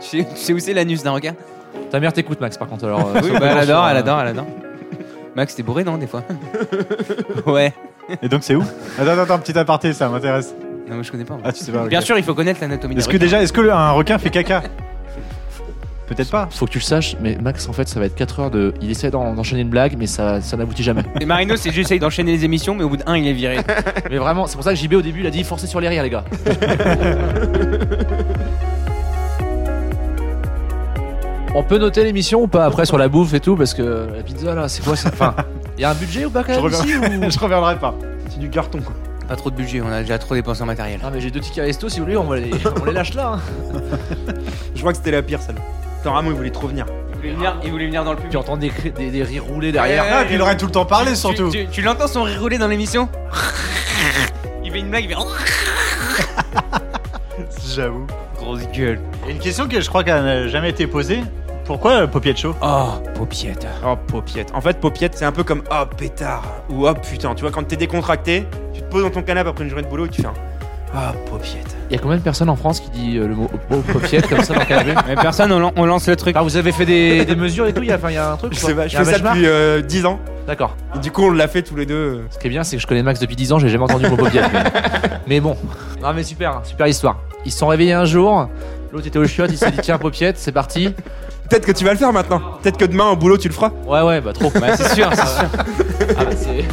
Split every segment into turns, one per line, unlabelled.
Tu sais- tu sais où c'est l'anus d'un requin
Ta mère t'écoute, Max, par contre. Alors, euh,
Oui,
sur-
bah, elle adore,
sur-
elle adore, elle adore. Max, t'es bourré, non, des fois Ouais.
Et donc, c'est où Attends, attends, attends, petit aparté, ça m'intéresse.
Non, mais je connais pas. moi.
Ah, tu sais pas. ok.
Bien sûr, il faut connaître l'anatomie d'un
Est-ce que
requin.
déjà, est-ce que le- un requin fait caca Peut-être pas.
Faut que tu le saches, mais Max, en fait, ça va être 4 heures de. Il essaie d'en- d'enchaîner une blague, mais ça, ça n'aboutit jamais.
Et Marino, c'est juste essayer d'enchaîner les émissions, mais au bout d'un, il est viré.
mais vraiment, c'est pour ça que JB au début, il a dit forcez sur les rires, les gars. On peut noter l'émission ou pas après sur la bouffe et tout parce que la pizza là c'est quoi ça Enfin, il y a un budget ou pas quand
Je
même ici ou...
Je reviendrai pas. C'est du carton. quoi.
Pas trop de budget, on a déjà trop dépensé en matériel.
Ah mais j'ai deux tickets resto si vous voulez on, va les... on les lâche là. hein.
Je crois que c'était la pire celle. Attends, Ramon, il voulait trop venir.
Il voulait venir, il voulait venir dans le
Puis
public.
entendre des, cri- des, des rires rouler derrière.
Eh,
Ouais,
Ah, puis il aurait tout le temps parlé surtout.
Tu, tu- tu l'entends son rire rouler dans l'émission Il fait une blague, il fait.
J'avoue.
Grosse gueule.
Et Une question que je crois qu'elle n'a jamais été posée. Pourquoi euh, Popiette Show
Ah.
Oh, paupiette.
Oh, paupiette. En fait, paupiette, c'est un peu comme oh pétard ou oh putain. Tu vois, quand t'es décontracté, tu te poses dans ton canapé après une journée de boulot et tu fais hein, un oh paupiette.
Il y a combien de personnes en France qui dit euh, le mot oh, paupiette comme ça dans le canapé
Mais personne, on, lan- on lance le truc.
Enfin, vous avez fait des, des mesures et tout, il y a, enfin, il y a un truc
Je
quoi
sais pas, je
Il y a
fais
un
ça
benchmark
depuis euh, 10 ans.
D'accord.
Et du coup, on l'a fait tous les deux.
Ce qui est bien, c'est que je connais Max depuis 10 ans, j'ai jamais entendu le mot paupiette. mais... mais bon. Non, mais super, hein, super histoire. Ils se sont réveillés un jour, l'autre était au chiottes, il s'est dit tiens, paupiette, c'est parti.
Peut-être que tu vas le faire maintenant. Peut-être que demain, au boulot, tu le feras.
Ouais, ouais, bah trop.
Bah, c'est sûr, c'est sûr.
Ah, bah, c'est-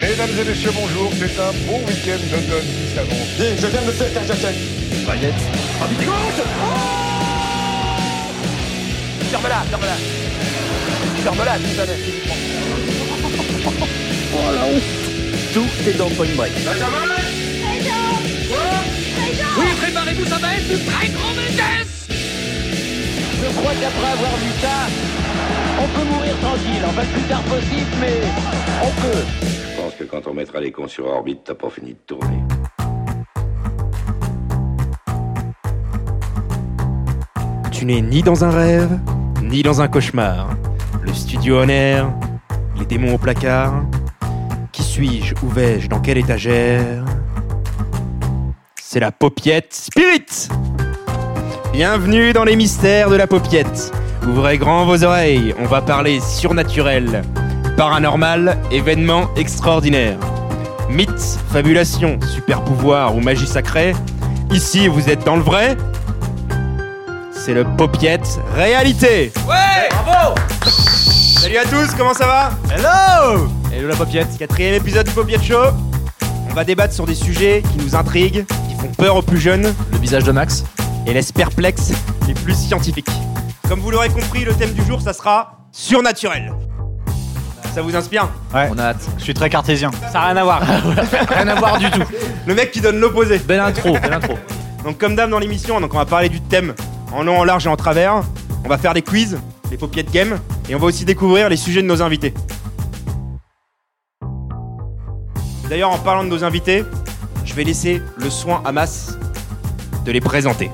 Mesdames et messieurs, bonjour, c'est un bon week-end d'automne qui s'avance.
Je crois qu'après avoir vu ça, on peut mourir tranquille. Enfin, le plus tard possible, mais on peut.
Je pense que quand on mettra les cons sur orbite, t'as pas fini de tourner.
Tu n'es ni dans un rêve, ni dans un cauchemar. Le studio en air, les démons au placard. Qui suis-je Où vais-je Dans quelle étagère C'est la paupiette Spirit Bienvenue dans les mystères de la paupiette. Ouvrez grand vos oreilles, on va parler surnaturel, paranormal, événements extraordinaires. Mythes, fabulations, super pouvoirs ou magie sacrée. Ici, vous êtes dans le vrai, c'est le Popiette Réalité. Ouais, bravo Salut à tous, comment ça va Hello Hello la Popiette. Quatrième épisode du Popiette Show. On va débattre sur des sujets qui nous intriguent, qui font peur aux plus jeunes
Le visage de Max.
et laissent perplexes les plus scientifiques. Comme vous l'aurez compris, le thème du jour, ça sera surnaturel. Ça vous inspire
Ouais,
On a hâte. Ah,
je suis très cartésien.
Ça n'a rien à voir.
Rien à voir du tout.
Le mec qui donne l'opposé.
Belle intro, belle intro.
Donc comme d'hab dans l'émission, donc on va parler du thème en long, en large et en travers. On va faire des quiz, des paupiètes game, et on va aussi découvrir les sujets de nos invités. D'ailleurs, en parlant de nos invités, je vais laisser le soin à Mas de les présenter.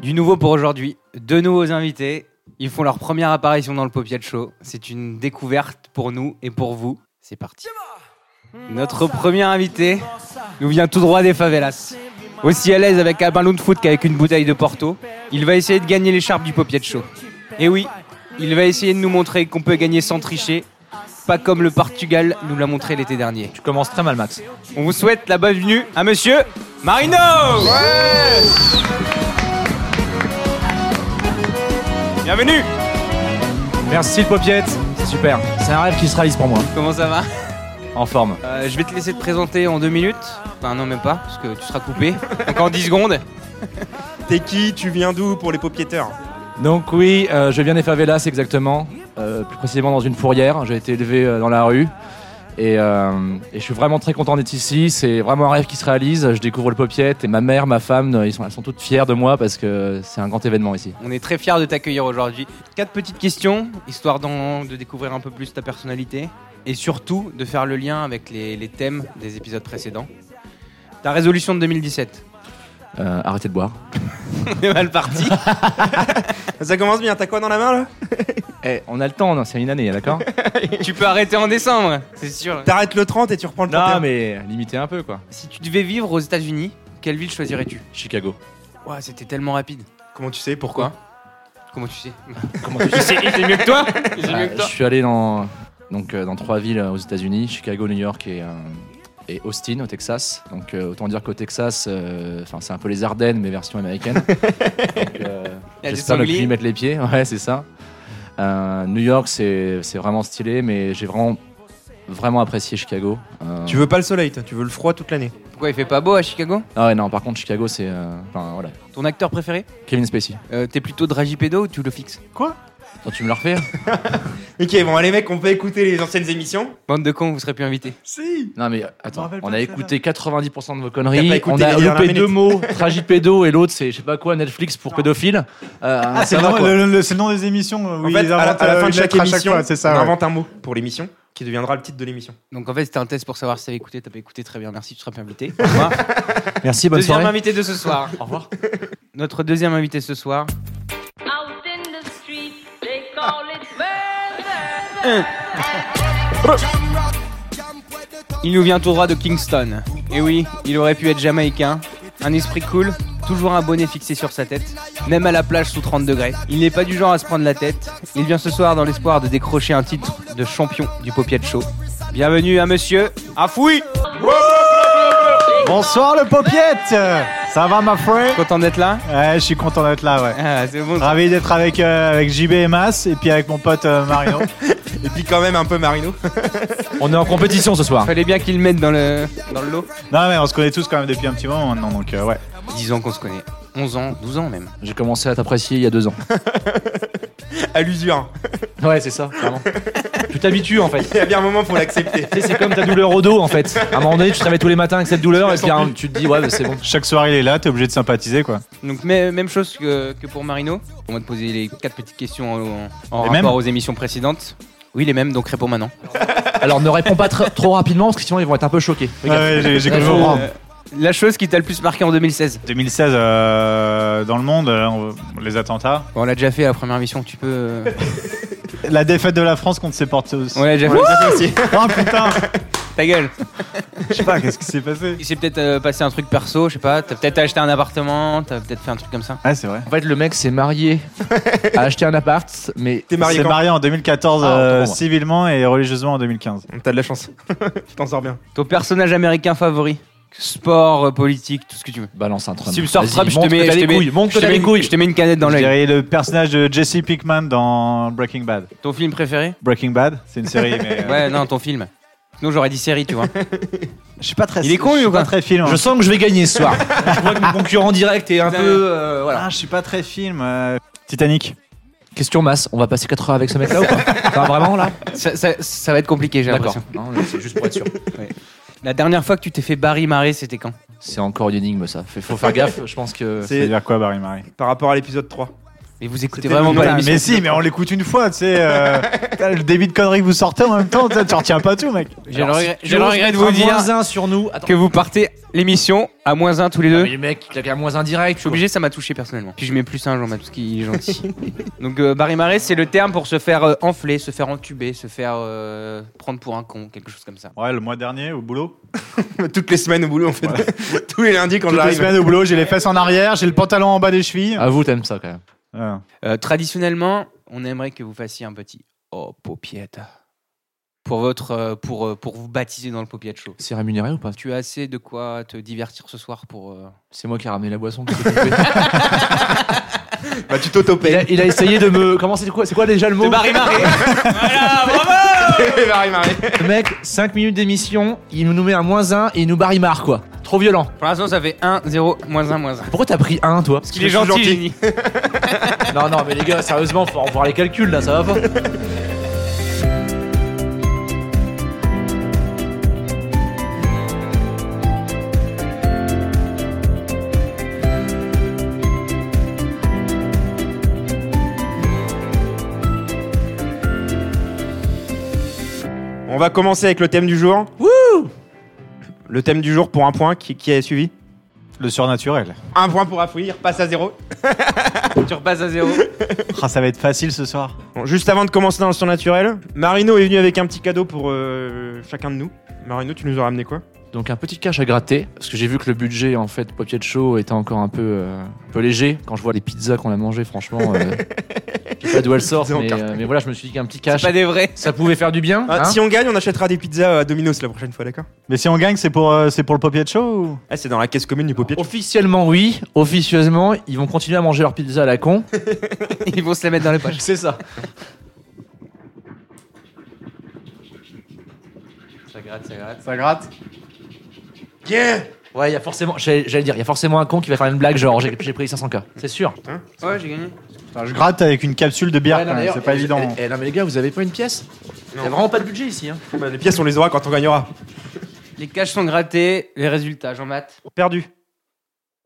Du nouveau pour aujourd'hui, deux nouveaux invités. Ils font leur première apparition dans le Popiette Show. C'est une découverte pour nous et pour vous. C'est parti. Notre premier invité nous vient tout droit des favelas. Aussi à l'aise avec un ballon de foot qu'avec une bouteille de Porto, il va essayer de gagner l'écharpe du Popiette Show. Et oui, il va essayer de nous montrer qu'on peut gagner sans tricher, pas comme le Portugal nous l'a montré l'été dernier.
Tu commences très mal, Max.
On vous souhaite la bienvenue à monsieur Marino Bienvenue
Merci, le Popiette. C'est super.
C'est un rêve qui se réalise pour moi.
Comment ça va
En forme.
Euh, Je vais te laisser te présenter en deux minutes. Enfin non même pas, parce que tu seras coupé. Donc en 10 secondes.
T'es qui Tu viens d'où pour les paupiéteurs
Donc, oui, euh, je viens des favelas exactement. Euh, plus précisément dans une fourrière. J'ai été élevé euh, dans la rue. Et, euh, et je suis vraiment très content d'être ici. C'est vraiment un rêve qui se réalise. Je découvre le Popiette et ma mère, ma femme, euh, ils sont, elles sont toutes fières de moi parce que c'est un grand événement ici.
On est très fiers de t'accueillir aujourd'hui. Quatre petites questions, histoire d'en- de découvrir un peu plus ta personnalité. Et surtout de faire le lien avec les, les thèmes des épisodes précédents. Ta résolution de 2017.
Euh, arrêtez de boire.
On est mal parti.
Ça commence bien, t'as quoi dans la main là
Eh, on a le temps, non, c'est une année, d'accord
tu peux arrêter en décembre, c'est sûr.
T'arrêtes le 30 et tu reprends le 31.
Non, mais limitez un peu, quoi.
Si tu devais vivre aux États-Unis, quelle ville choisirais-tu
Chicago.
Ouah, c'était tellement rapide.
Comment tu sais Pourquoi
Comment tu sais
Comment tu sais
C'est mieux que toi Il sait
Euh,
mieux que
Je
toi.
suis allé dans, donc, euh, dans trois villes euh, aux États-Unis Chicago, New York et, euh, et Austin, au Texas. Donc, euh, autant dire qu'au Texas, euh, enfin c'est un peu les Ardennes, mais version américaine. Donc, euh,
Il y a des
J'espère ne plus
sangliers.
y mettre les pieds, ouais, c'est ça. Euh, New York, c'est c'est vraiment stylé, mais j'ai vraiment, vraiment apprécié Chicago. Euh,
Tu veux pas le soleil, toi, tu veux le froid toute l'année.
Pourquoi il fait pas beau à Chicago
Ah ouais, non, par contre, Chicago, c'est. euh, Enfin, voilà.
Ton acteur préféré
Kevin Spacey.
Euh, T'es plutôt Dragipédo ou tu le fixes
Attends, tu me le refais
Ok, bon, allez, mecs, on peut écouter les anciennes émissions
Bande de cons, vous serez plus invités.
Si
Non mais
Je me
attends,
rappelle
on
pas
a
de ça,
écouté 90% de vos
T'as pas
conneries,
écouté
on
la
a
dernière
loupé
minute.
deux mots, tragipédo et l'autre c'est je sais pas quoi, Netflix pour Euh, pédophile.
Ah, c'est le, nom- le- le- c'est le nom des émissions. euh,
En
Oui,
fait, à
ils
la,
inventent,
à la
euh,
fin de
une
chaque
lettre à
émission,
fois, c'est ça.
on
ouais.
invente un mot pour l'émission qui deviendra le titre de l'émission.
Donc en fait, c'était un test pour savoir si t'avais écouté, t'as pas écouté, très bien, merci, tu seras plus invité. Au revoir.
Merci, bonne
deuxième
soirée.
invité de ce soir. Au revoir. Notre deuxième invité ce soir.
Out in the street, they call it murder.
Il nous vient tout droit de Kingston. Et oui, il aurait pu être jamaïcain. Un esprit cool, toujours un bonnet fixé sur sa tête, même à la plage sous 30 degrés. Il n'est pas du genre à se prendre la tête. Il vient ce soir dans l'espoir de décrocher un titre de champion du de show. Bienvenue à monsieur Afoui
Bonsoir le Popiette Ça va ma frère
Content d'être là
Ouais, je suis content d'être là, ouais.
Ah, c'est bon.
Ravi d'être avec, euh, avec JB et Mas et puis avec mon pote euh, Marino.
Et puis quand même un peu Marino.
On est en compétition ce soir.
Ah, Fallait bien qu'il mette dans le, dans le lot.
non mais on se connaît tous quand même depuis un petit moment maintenant, donc euh, ouais.
10 ans qu'on se connaît. 11 ans, 12 ans même.
J'ai commencé à t'apprécier il y a deux ans.
À l'usure.
Ouais c'est ça, vraiment. tu t'habitues en fait.
Il y a bien un moment, faut l'accepter.
Tu sais, c'est comme ta douleur au dos en fait. À un moment donné, tu te réveilles tous les matins avec cette douleur et puis hein, tu te dis ouais bah, c'est bon.
Chaque soir il est là, t'es obligé de sympathiser quoi.
Donc mê- même chose que, que pour Marino. On va te poser les quatre petites questions en, en
Les
rapport
mêmes
aux émissions précédentes. Oui, les mêmes, donc réponds maintenant.
Alors ne réponds pas tr- trop rapidement parce que sinon ils vont être un peu choqués.
Ah Ouais,
Regarde.
ouais, j'ai j'ai cru
Euh,
comprendre.
Euh, la chose qui t'a le plus marqué en 2016
2016 euh, dans le monde, euh, on- les attentats.
Bon, On l'a déjà fait à la première émission, tu peux. euh,
La défaite de la France contre ses portes aussi.
On l'a déjà fait.
Oh putain
Ta gueule
Je sais pas, qu'est-ce qui s'est passé
Il s'est peut-être euh, passé un truc perso, je sais pas. T'as peut-être acheté un appartement, t'as peut-être fait un truc comme ça.
Ah c'est vrai.
En fait le mec s'est marié, a acheté un appart, mais
T'es marié
s'est
quand
marié en 2014
Ah, autant
euh,
pour moi.
civilement et religieusement en 2015.
T'as de la chance. tu t'en sors bien.
Bah,
Ton personnage américain favori Sport, euh, politique, tout ce que tu veux.
balance un Trump.
Si tu me sors
Vas-y,
Trump, je te
montre que
mets,
t'as
je te
les
mets-
couilles, montre
je te
que t'as
mets
les
une-
couilles.
je te mets une canette dans
je
l'œil.
dirais le personnage de Jesse Pinkman dans Breaking Bad.
Ton film préféré
Breaking Bad, c'est une série, mais euh,
Ouais, non, ton film. Sinon, j'aurais dit série, tu vois.
je suis pas très.
Il est con,
je
lui,
suis
ou quoi
pas très film. hein.
Je sens que je vais gagner ce soir. je vois que mon concurrent direct est un
Putain.
peu. euh, voilà.
Ah, je suis pas très film. euh, Titanic.
Question masse, on va passer 4 heures avec ce mec-là ou pas Enfin, vraiment là
ça, ça- ça va être compliqué, j'ai
D'accord.
l'impression.
Non, mais C'est juste pour être sûr.
La dernière fois que tu t'es fait Barry marrer, c'était quand
C'est encore une énigme ça. Fait- Faut faire gaffe, je pense que.
C'est
C'est-à-dire quoi, Barry Marie
par rapport à l'épisode 3.
Mais vous écoutez
C'était
vraiment
le
pas
nom.
l'émission.
Mais si, mais on l'écoute une fois, tu sais. euh, putain, le débit de conneries que vous sortez en même temps, tu sais, tu retiens pas tout, mec.
J'ai le
Alors, si
regret-
tu
j'ai le
oses
regret de
mettre
vous
un
dire
Moins 1 sur nous. Attends.
que vous partez l'émission à moins 1 tous les
Ah,
deux.
mais le mec, il a qu'un moins 1 direct.
Je suis obligé, ça m'a touché personnellement. Puis je mets plus un Jean-Marie parce qu'il est gentil. Donc euh, Barry Marais, c'est le terme pour se faire euh, enfler, se faire entuber, se faire euh, prendre pour un con, quelque chose comme ça.
Ouais, le mois dernier, au boulot.
Toutes les semaines au boulot, en fait. Tous les lundis quand
Toutes les
j'arrive.
semaines au boulot, j'ai les fesses en arrière, j'ai le pantalon en bas des chevilles.
À vous, t'aimes ça quand même.
Ah.
Euh, traditionnellement, on aimerait que vous fassiez un petit oh paupiette pour votre euh, pour euh, pour vous baptiser dans le paupiette show.
C'est rémunéré ou pas
Tu as assez de quoi te divertir ce soir pour euh,
C'est moi qui ai ramené la boisson. qui s'est trompé.
Bah,
il,
tu
a,
t'autopayes.
il a essayé de me. Comment c'est quoi C'est quoi déjà le mot
Barry Marais. voilà, bravo.
Barry Marais.
Le mec, 5 minutes d'émission, il nous met un moins 1 et il nous barrimare quoi. Trop violent.
Pour l'instant, ça fait 1 0 moins 1 moins 1.
Pourquoi t'as pris 1 toi
Parce qu'il est gentil, génie.
Non, non, mais les gars, sérieusement, faut revoir les calculs là, ça va pas
On va commencer avec le thème du jour. Le thème du jour pour un point, qui, qui a suivi
Le surnaturel.
Un point pour Afoui, il repasse à zéro.
Tu repasses à zéro.
Ah, ça va être facile ce soir.
Bon, juste avant de commencer dans le surnaturel, Marino est venu avec un petit cadeau pour euh, chacun de nous. Marino, tu nous as ramené quoi
Donc un petit cash à gratter, parce que j'ai vu que le budget en fait papier de show était encore un peu, euh, un peu léger. Quand je vois les pizzas qu'on a mangées, franchement, euh, je sais pas d'où elles sortent,
Pizzas en
mais,
carton.
euh, mais voilà, je me suis dit qu'un petit
C'est
cash,
pas des vrais.
ça pouvait faire du bien.
Ah,
hein.
Si on gagne, on achètera des pizzas à Domino's la prochaine fois, d'accord
Mais si on gagne, c'est pour, euh, c'est pour le papier de show ou
Ah, c'est dans la caisse commune du paupier.
Officiellement oui, officieusement ils vont continuer à manger leur pizza à la con.
Ils vont se les mettre dans les poches.
C'est ça.
Ça gratte
Yeah
Ouais, il y a forcément, j'allais j'allais dire, il y a forcément un con qui va faire une blague genre j'ai j'ai pris 500K, c'est sûr.
Ouais, j'ai gagné.
Putain, Je gratte avec une capsule de bière,
Ouais, non,
quand même,
d'ailleurs,
c'est pas
eh,
évident.
eh, eh, non mais les gars, vous avez pas une pièce Il
Non.
y a vraiment pas de budget ici. Hein.
Bah, Les pièces, on les aura quand on gagnera.
Les caches sont grattées. Les résultats, jean mat
Perdu.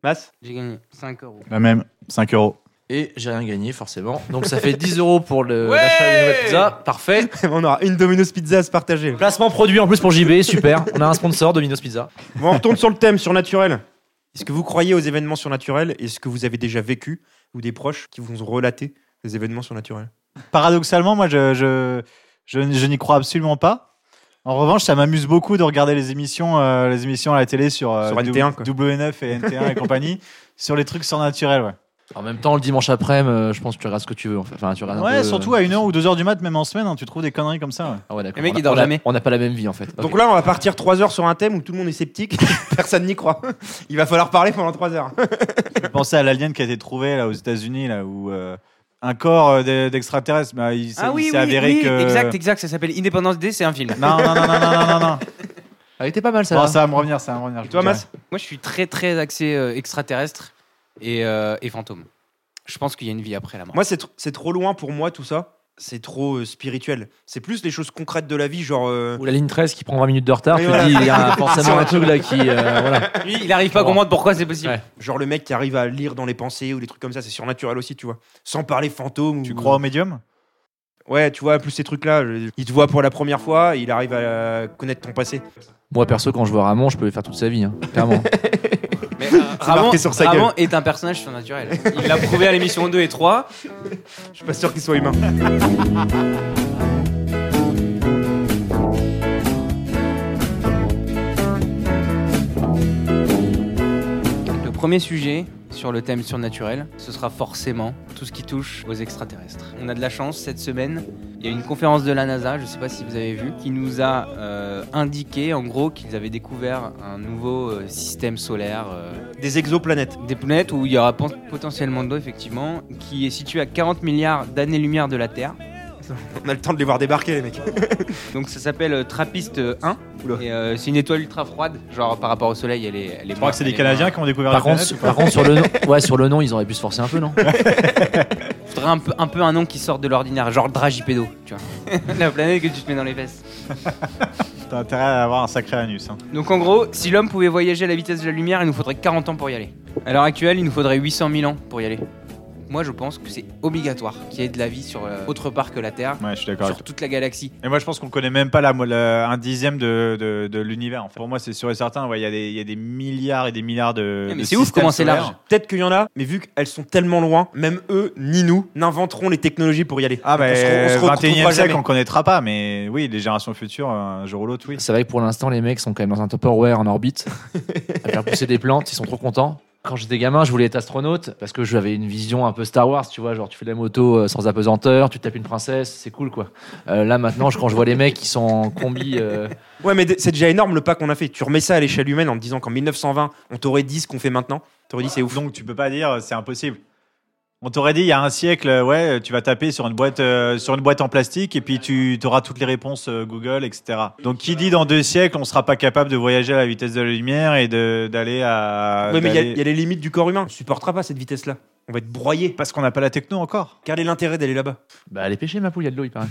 Mas
j'ai gagné 5 euros.
La même, 5 euros.
Et j'ai rien gagné forcément. Donc ça fait 10 euros pour le-
Ouais
l'achat de nouvelle pizza. Parfait.
On aura une Domino's Pizza à se partager.
Placement produit en plus pour JB, super. On a un sponsor, Domino's Pizza.
Bon, on retourne sur le thème surnaturel. Est-ce que vous croyez aux événements surnaturels Est-ce que vous avez déjà vécu ou des proches qui vous ont relaté des événements surnaturels
Paradoxalement, moi, je, je, je- je n'y crois absolument pas. En revanche, ça m'amuse beaucoup de regarder les émissions, euh, les émissions à la télé sur, euh,
Sur NT1, quoi.
W9 et NT1 et compagnie, sur les trucs surnaturels. Ouais,
En même temps, le dimanche après, je pense que tu regardes ce que tu veux. en fait. Enfin, tu regardes un
ouais
peu,
surtout
euh,
à 1h ou 2h du mat, même en semaine, hein, tu trouves des conneries comme ça. ouais.
Ah ouais, d'accord.
Le mec,
On a-
il dort
on a-
jamais.
On n'a pas la même vie en fait.
Donc là, on va partir 3 heures sur un thème où tout le monde est sceptique, personne n'y croit. Il va falloir parler pendant 3 heures.
Je pensais à l'alien qui a été trouvé là, aux États-Unis, là, où euh, un corps euh, d'e- d'extraterrestre, bah, il,
Ah
Ah
s'est- il s'est avéré que.
exact, exact. Ça s'appelle Indépendance D, c'est un film.
Non, non, non, non, non, non, non, non.
Elle Ah, était pas mal ça.
Bon, ça va me revenir, ça va me revenir. je
toi,
te dirai.
Mas
Moi, je suis très, très axé euh, extraterrestre et, euh, et fantôme. Je pense qu'il y a une vie après la mort.
Moi, c'est tr- c'est trop loin pour moi tout ça. C'est trop euh, spirituel. C'est plus les choses concrètes de la vie, genre. euh,
Ou la ligne 13 qui prend 20 minutes de retard,
Oui,
tu te
voilà.
dis, il y a forcément un truc là qui. euh, voilà.
Lui, il arrive pas à
Bon.
comprendre pourquoi c'est possible.
Ouais.
Genre le mec qui arrive à lire dans les pensées ou des trucs comme ça, c'est surnaturel aussi, tu vois. Sans parler fantôme.
Tu
ou-
crois au médium
Ouais, tu vois, plus ces trucs-là. je- Il te voit pour la première fois, il arrive à euh, connaître ton passé.
Moi perso, quand je vois Ramon, je peux le faire toute sa vie, hein, clairement.
Mais, euh, Ramon,
marqué sur sa gueule.
Ramon est un personnage surnaturel. Il l'a prouvé à l'émission 2 et 3.
Je suis pas sûr qu'il soit humain.
Le premier sujet sur le thème surnaturel, ce sera forcément tout ce qui touche aux extraterrestres. On a de la chance cette semaine. Il y a une conférence de la NASA, je ne sais pas si vous avez vu, qui nous a euh, indiqué en gros qu'ils avaient découvert un nouveau euh, système solaire. euh,
Des exoplanètes.
des planètes où il y aura pot- potentiellement de l'eau, effectivement, qui est située à 40 milliards d'années-lumière de la Terre.
On a le temps de les voir débarquer, les mecs.
Donc ça s'appelle euh, TRAPPIST 1.
Oula.
Et euh, c'est une étoile ultra froide, genre par rapport au Soleil, elle est. Elle est
Je crois que c'est des Canadiens qui ont découvert la
par,
planète.
contre, par contre, sur le nom, ouais, sur le nom, ils auraient pu se forcer un peu, non
Il faudrait un peu, un peu un nom qui sorte de l'ordinaire, genre Dragipédo, tu vois. la planète que tu te mets dans les fesses.
T'as intérêt à avoir un sacré anus. hein.
Donc en gros, si l'homme pouvait voyager à la vitesse de la lumière, il nous faudrait 40 ans pour y aller. À l'heure actuelle, il nous faudrait 800 000 ans pour y aller. Moi, je pense que c'est obligatoire qu'il y ait de la vie sur euh, autre part que la Terre,
Ouais, je suis d'accord. avec
sur
toi.
toute la galaxie.
Et moi, je pense qu'on connaît même pas la, la- un dixième de, de- de l'univers. en fait. Pour moi, c'est sûr et certain. Ouais, Il y, a des- il y a des milliards et des milliards de.
Mais
de
c'est ouf
systèmes
comment c'est
solaires.
large.
Peut-être qu'il y en a, mais vu qu'elles sont tellement loin, même eux, ni nous, n'inventeront les technologies pour y aller.
Ah, bah,
On se re- on se retrouvera
21 e siècle,
jamais.
on connaîtra pas, mais oui, les générations futures, un jour ou l'autre, oui.
C'est vrai que pour l'instant, les mecs sont quand même dans un Tupperware en orbite, à faire pousser des plantes, ils sont trop contents. Quand j'étais gamin, je voulais être astronaute parce que j'avais une vision un peu Star Wars, tu vois, genre tu fais de la moto euh, sans apesanteur, tu tapes une princesse, c'est cool quoi. Euh, là maintenant, je- quand je vois les mecs qui sont en combi, euh,
Ouais, mais d- c'est déjà énorme le pas qu'on a fait. Tu remets ça à l'échelle humaine en te disant qu'en 1920, on t'aurait dit ce qu'on fait maintenant. T'aurais dit c'est ouf.
Donc, tu peux pas dire euh, c'est impossible. On t'aurait dit il y a un siècle, euh, ouais, tu vas taper sur une boîte, euh, sur une boîte en plastique et puis tu auras toutes les réponses euh, Google, etc. Donc, qui dit dans deux siècles, on sera pas capable de voyager à la vitesse de la lumière et de- d'aller à.
Ouais, mais il y a-
d'aller-
il y, a les limites du corps humain. On supportera pas cette vitesse-là. On va être broyé.
Parce qu'on n'a pas la techno encore.
Quel est l'intérêt d'aller là-bas
bah allez pêcher ma poule, il y a de l'eau, il paraît.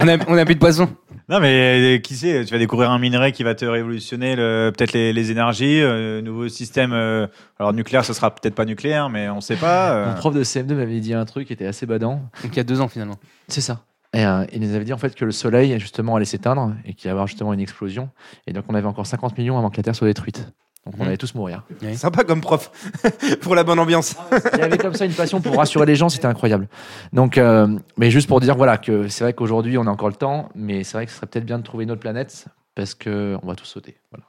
On a, on a plus de poissons.
Non, mais euh, qui sait, tu vas découvrir un minerai qui va te révolutionner le- peut-être les, les énergies, euh, nouveau système. euh, alors nucléaire, ce sera peut-être pas nucléaire, mais on sait pas. euh.
Mon prof de CM2 m'avait dit un truc qui était assez badant.
Donc il y a deux ans finalement.
C'est ça. Et euh, il nous avait dit en fait que le soleil justement allait s'éteindre et qu'il allait y avoir justement une explosion. Et donc on avait encore 50 millions avant que la Terre soit détruite. Donc on
Mhm.
allait tous mourir.
Sympa comme prof, pour la bonne ambiance.
Il y avait comme ça une passion pour rassurer les gens, c'était incroyable. Donc, euh, mais juste pour dire voilà que c'est vrai qu'aujourd'hui on a encore le temps, mais c'est vrai que ce serait peut-être bien de trouver une autre planète parce que on va tous sauter. Voilà.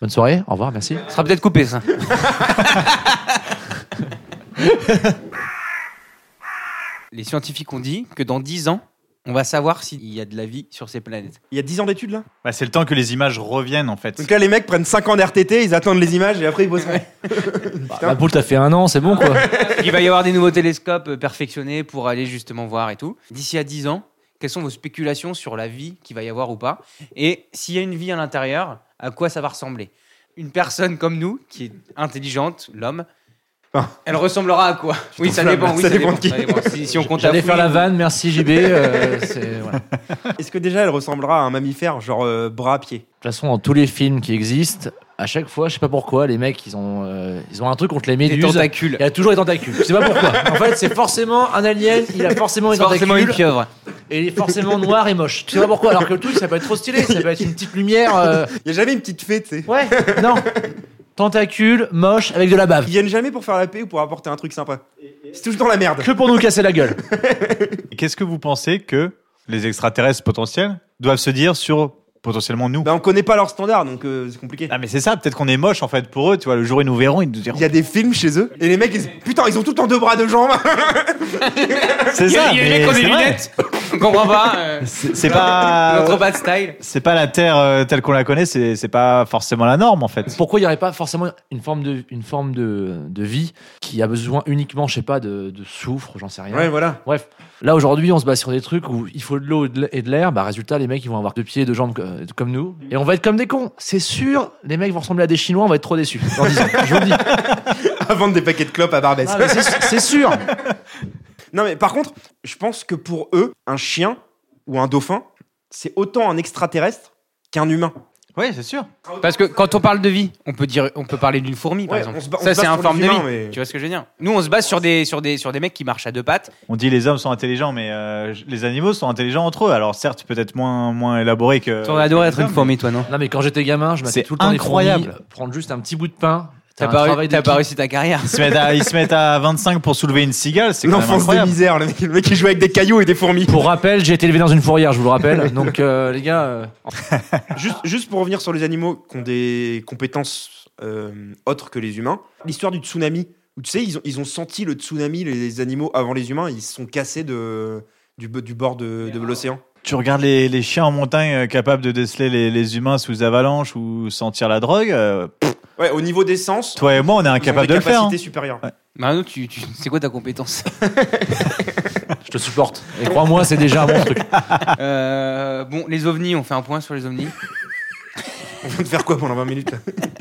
Bonne soirée, au revoir, merci.
sera peut-être coupé, ça. Les scientifiques ont dit que dans 10 ans, on va savoir s'il y a de la vie sur ces planètes.
Il y a 10 ans d'études là
Bah, c'est le temps que les images reviennent en fait.
Donc là, les mecs prennent 5 ans d'RTT, ils attendent les images et après ils bossent.
la poule t'as fait un an, c'est bon quoi.
Il va y avoir des nouveaux télescopes euh, perfectionnés pour aller justement voir et tout. D'ici à 10 ans, quelles sont vos spéculations sur la vie qu'il va y avoir ou pas Et s'il y a une vie à l'intérieur, à quoi ça va ressembler Une personne comme nous, qui est intelligente, l'homme,
Ah.
elle ressemblera à quoi Oui, ça
t'enflamme,
dépend, oui,
ça
ça,
dépend
dépend.
de qui.
ça dépend. Si, si on compte
J'allais
à
faire
fouiller,
la vanne, merci JB. euh, c'est- voilà. De
Est-ce que déjà elle ressemblera à un mammifère, genre euh, bras à pied
toute façon, dans tous les films qui existent, à chaque fois, je sais pas pourquoi, les mecs ils ont euh, ils ont un truc contre les
des
méduses.
tentacules.
Il y a toujours les tentacules. Je sais pas pourquoi. En fait, c'est forcément un alien, il a forcément
C'est
les
forcément une
tentacules.
pieuvre.
Et il est forcément noir et moche. Tu sais pas pourquoi, alors que le truc, ça peut être trop stylé, ça peut être une petite lumière. euh,
Il y a jamais une petite fée, tu sais.
Ouais, non. Tentacule, moche, avec de la bave.
Ils viennent jamais pour faire la paix ou pour apporter un truc sympa. C'est toujours dans la merde.
Que pour nous casser la gueule.
Et Qu'est-ce que vous pensez que les extraterrestres potentiels doivent se dire sur potentiellement nous
Bah, on connaît pas leurs standards, donc euh, c'est compliqué.
Ah mais c'est ça, peut-être qu'on est moche en fait pour eux, tu vois, le jour où ils nous verront, ils nous diront
Il y a des films chez eux et les mecs, ils... putain, ils ont tout le temps deux bras, deux jambes.
C'est
Il y a, il y a
mais
des mecs qui ont des
c'est vrai.
lunettes. on comprend pas. euh,
C'est c'est pas
notre bad style.
c'est pas la terre euh, telle qu'on la connaît, c'est c'est pas forcément la norme en fait.
Pourquoi il n'y aurait pas forcément une forme de, une forme de, de vie qui a besoin uniquement, je sais pas, de, de soufre, j'en sais rien.
voilà.
Bref, là aujourd'hui, on se base sur des trucs où il faut de l'eau et de l- et de l'air. Bah, résultat, les mecs, ils vont avoir deux pieds, deux jambes euh, comme nous. Et on va être comme des cons. C'est sûr, les mecs vont ressembler à des Chinois, on va être trop déçus. dans 10 ans. Je vous le dis.
À vendre des paquets de clopes à Barbès.
Ah, mais c'est- c'est sûr.
Non, mais par contre, je pense que pour eux, un chien ou un dauphin, c'est autant un extraterrestre qu'un humain.
Oui, c'est sûr.
Parce que quand on parle de vie, on peut dire, on peut parler d'une fourmi, par
Ouais,
exemple.
on se ba- on
ça,
se base
c'est un
sur
forme
les
de vie.
humains, mais-
Tu vois ce que je veux dire Nous, on se base sur des, sur des, sur des mecs qui marchent à deux pattes.
On dit les hommes sont intelligents, mais euh, les animaux sont intelligents entre eux. Alors certes, peut-être moins moins élaboré que.
Tu aurais adoré être
que les
une
hommes,
fourmi, toi, non
Non mais quand j'étais gamin, je m'attendais
C'est
tout le temps des
incroyable.
fourmis, prendre juste un petit bout de pain.
T'as
un
pas,
travail
réu- t'as pas
d'équipe.
réussi ta carrière.
Ils se, mettent à, ils se mettent à 25 pour soulever une cigale, c'est quand même
L'enfance de
incroyable.
misère, le mec, le mec, il joue avec des cailloux et des fourmis.
Pour rappel, j'ai été élevé dans une fourrière, je vous le rappelle. Donc euh, les gars, euh,
Juste, juste pour revenir sur les animaux qui ont des compétences euh, autres que les humains, l'histoire du tsunami, où tu sais, ils ont, ils ont senti le tsunami, les animaux, avant les humains, ils se sont cassés de, du, bo- du bord de, de l'océan.
Tu regardes les, les chiens en montagne euh, capables de déceler les, les humains sous avalanche ou sentir la drogue. euh,
Ouais, au niveau des sens,
toi et moi, on est
ils ont
incapables
des
de le faire. hein.
capacités supérieures.
Marino, Bah, tu, tu- c'est quoi ta compétence
je te supporte. Et crois-moi, c'est déjà un bon truc.
Euh, Bon, les ovnis, on fait un point sur les ovnis.
On vient de faire quoi pendant 20 minutes là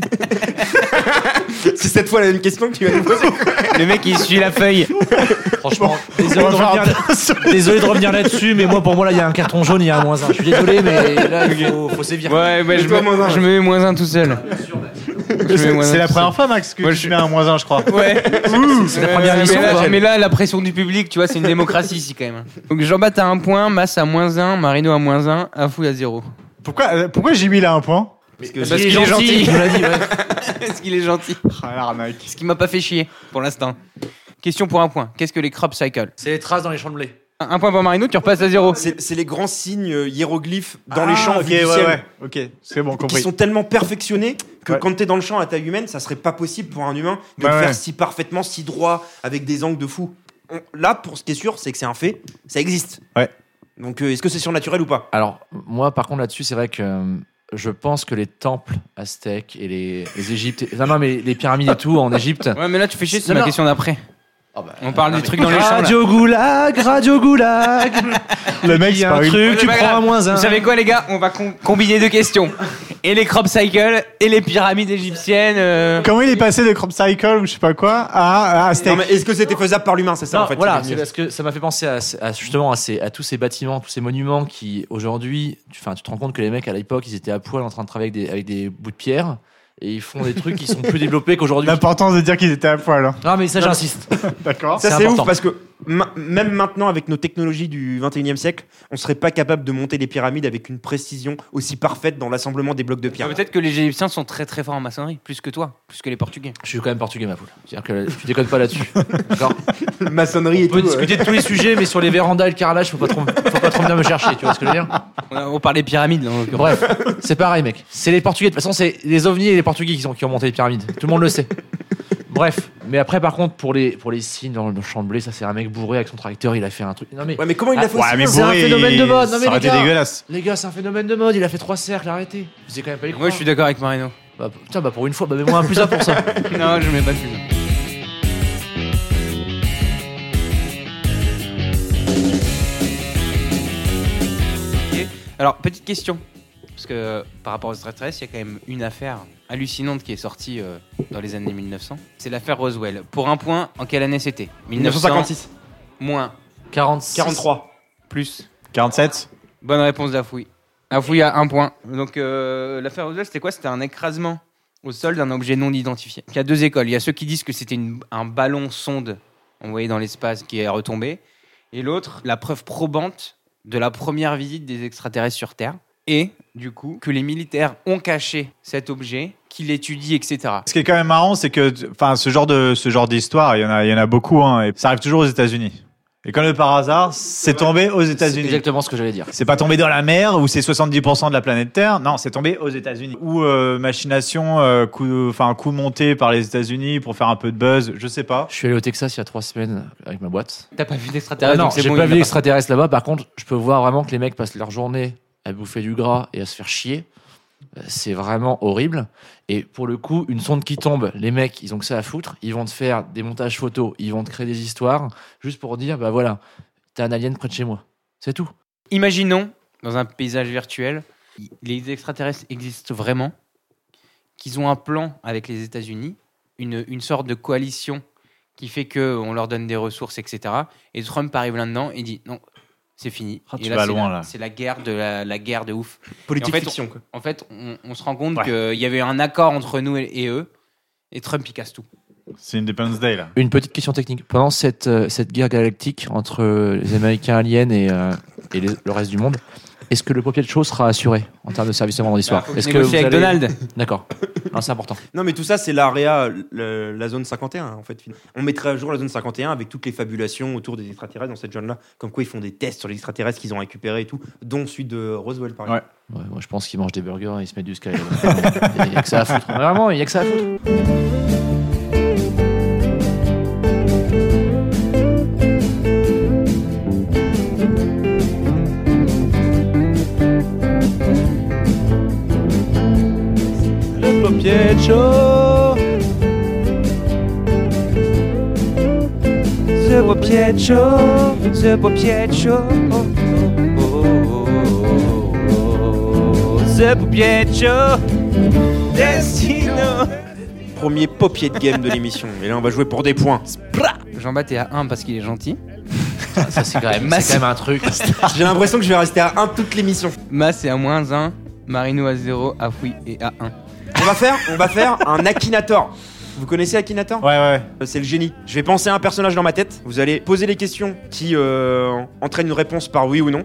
C'est cette fois la même question que tu vas nous poser.
Le mec, il suit la feuille.
Franchement, désolé, de revenir, désolé de revenir là-dessus, mais moi pour moi là, il y a un carton jaune, il y a un moins un. Je suis désolé, mais là il faut, faut sévir.
Ouais, ouais, je,
Mets-toi
me,
moins un.
je me mets moins un bah, tout seul. Je me mets moins un
C'est la
tout
première fois, Max, que
Moi,
tu
je-
mets un moins un, je crois.
seul. Ouais.
la
Ouais,
première
ouais,
émission,
Mais là,
Rachel.
mais là, la pression du public, tu vois, c'est une démocratie ici quand même. Donc Jean-Baptiste à un point, Mass à moins un, Marino à moins un, Afou à zéro.
Pourquoi, euh, pourquoi Jimmy il a un point
Parce qu'il est gentil.
Je vous l'ai dit, ouais.
Est-ce qu'il est gentil
Ah, l'arnaque.
Ce qui m'a pas fait chier pour l'instant. Question pour un point. Qu'est-ce que les crop cycles
C'est les traces dans les champs de blé.
Un un point pour Marino, tu repasses à zéro.
C'est c'est les grands signes euh, hiéroglyphes dans
Ah,
les champs
ok,
vus du
ouais,
ciel,
ouais, ok, c'est bon,
qui
compris.
sont tellement perfectionnés que
Ouais.
quand t'es dans le champ à taille humaine, ça serait pas possible pour un humain de
Bah
le
ouais.
faire si parfaitement, si droit, avec des angles de fou. On- là, pour ce qui est sûr, c'est que c'est un fait, ça existe.
Ouais.
Donc euh, est-ce que c'est surnaturel ou pas
Alors moi par contre là-dessus, c'est vrai que euh, je pense que les temples aztèques et les, les Égyptes, non, non mais les pyramides et tout en Égypte.
Ouais, mais là, tu fais chier, c'est
Non,
ma
non.
question d'après.
Ah bah,
On parle
non,
du
mais-
truc dans les champs. là.
Radio Goulag, Radio Goulag.
Le mec,
Il y
c'est
a un
pas une-
truc, tu
pas
prends
grave.
un moins un.
Vous savez quoi, les gars On va com- combiner deux questions. Et les crop cycles, et les pyramides égyptiennes. euh.
Comment il est passé de crop cycle ou je sais pas quoi à, à Aztec
Non, mais Est-ce que c'était faisable par l'humain C'est ça
Non,
en fait.
voilà,
c'est
c'est
le mieux.
parce que ça m'a fait penser à, à- justement à, ces- à tous ces bâtiments, tous ces monuments qui aujourd'hui, tu, enfin, tu te rends compte que les mecs à l'époque, ils étaient à poil en train de travailler avec des, avec des bouts de pierre et ils font des trucs qui sont plus développés qu'aujourd'hui.
L'importance de dire qu'ils étaient à poil, hein.
Non mais ça j'insiste.
d'accord
Ça
c'est
c'est ouf
important.
parce que ma- même maintenant, avec nos technologies du 21e siècle, on serait pas capable de monter des pyramides avec une précision aussi parfaite dans l'assemblement des blocs de pierre.
Peut-être que les Égyptiens sont très très forts en maçonnerie, plus que toi, plus que les Portugais.
Je suis quand même portugais, ma poule. C'est-à-dire que tu déconnes pas là-dessus. D'accord
Maçonnerie et
On peut
tout. ouais.
discuter de tous les sujets, mais sur les vérandas et le carrelage, faut pas trop, faut pas trop venir me chercher, tu vois ce que je veux dire
On, a- on parlait pyramides, là, en l'occurrence.
Bref, c'est pareil, mec. C'est les Portugais. De toute façon, c'est les ovnis et les Portugais qui, sont, qui ont monté les pyramides. Tout le monde le sait. Bref, mais après, par contre, pour les, pour les signes dans le champ de blé, ça c'est un mec bourré avec son tracteur, il a fait un truc. Non mais.
Ouais, mais comment il l'a fait
Ouais, mais
c'est un
bourré,
phénomène de mode. Non, mais
Ça aurait
les
été
gars.
dégueulasse.
Les gars, c'est un phénomène de mode, il a fait trois cercles, arrêtez. Vous avez quand même pas les
Moi je suis d'accord avec Marino.
Bah, putain, bah pour une fois, bah mets-moi un plus un pour ça.
non, je mets pas de plus. Ok. Alors, petite question. Parce que euh, par rapport aux extraterrestres, il y a quand même une affaire hallucinante qui est sortie euh, dans les années 1900. C'est l'affaire Roswell. Pour un point, en quelle année c'était
1956.
Moins.
46.
43.
Plus.
47
Bonne réponse d'Afoui. Afoui à un point. Donc euh, l'affaire Roswell, c'était quoi C'était un écrasement au sol d'un objet non identifié. Il y a deux écoles. Il y a ceux qui disent que c'était une- un ballon sonde envoyé dans l'espace qui est retombé. Et l'autre, la preuve probante de la première visite des extraterrestres sur Terre. Et du coup, que les militaires ont caché cet objet, qu'ils l'étudient, etc.
Ce qui est quand même marrant, c'est que, enfin, ce genre de, ce genre d'histoire, il y en a, il y en a beaucoup, hein, et ça arrive toujours aux États-Unis. Et comme par hasard, c'est tombé aux
C'est
États-Unis.
exactement ce que j'allais dire.
C'est pas tombé dans la mer où c'est 70% de la planète Terre. Non, c'est tombé aux États-Unis. Ou euh, machination, euh, coup, enfin coup monté par les États-Unis pour faire un peu de buzz. Je sais pas.
Je suis allé au Texas il y a trois semaines avec ma boîte.
T'as pas vu d'extraterrestre
Ah non,
donc c'est
j'ai
bon,
pas
il
vu
l'a
d'extraterrestres là-bas. Par contre, je peux voir vraiment que les mecs passent leur journée à bouffer du gras et à se faire chier. Euh, C'est vraiment horrible. Et pour le coup, une sonde qui tombe, les mecs, ils ont que ça à foutre. Ils vont te faire des montages photos, ils vont te créer des histoires, juste pour dire, bah voilà, t'as un alien près de chez moi. C'est tout.
Imaginons, dans un paysage virtuel, y- les extraterrestres existent vraiment, qu'ils ont un plan avec les États-Unis, une, une sorte de coalition qui fait qu'on leur donne des ressources, etc. Et Trump arrive là-dedans et dit non, c'est fini.
Ah,
Et
tu vas
c'est
loin,
la-
là.
C'est la guerre de la, la guerre de ouf.
Politique
Et en fait,
fiction. quoi.
En fait, on, on se rend compte
Ouais.
qu'il y avait un accord entre nous et, et eux. Et Trump, il casse tout.
C'est Independence Day là.
Une petite question technique. Pendant cette, euh, cette guerre galactique entre euh, les Américains aliens et, euh, et les- le reste du monde, est-ce que le papier de show sera assuré en termes de service avant l'histoire
Bah, Faut
Est-ce que
négocier
vous
avec
allez-
Donald
D'accord. Non, C'est important.
Non, mais tout ça, c'est l'area, le- la zone 51, en fait. On mettrait à jour la zone 51 avec toutes les fabulations autour des extraterrestres dans cette zone-là. Comme quoi, ils font des tests sur les extraterrestres qu'ils ont récupérés et tout, dont celui de Roswell, par exemple.
Ouais, moi, je pense qu'ils mangent des burgers et ils se mettent du sky. Il n'y a que ça à foutre. Mais Vraiment, il n'y a que ça à foutre.
Le papier chaud.
The Popiet Show, The Popiet Show, oh, oh, oh, oh, oh, oh, The Popiet Show, Destino.
Premier papier de game de l'émission. Et là, on va jouer pour des points.
Jean-Baptiste est à 1 parce qu'il est gentil.
Ça, c'est quand, même-
Masse.
c'est quand même un truc.
J'ai l'impression que je vais rester à 1 toute l'émission.
Mas est à moins 1, Marino à 0, Afoui est à 1.
On va faire, on va faire un Akinator. Vous connaissez Akinator Euh,
Ouais, ouais.
C'est le génie. Je vais penser à un personnage dans ma tête. Vous allez poser les questions qui euh, entraînent une réponse par oui ou non.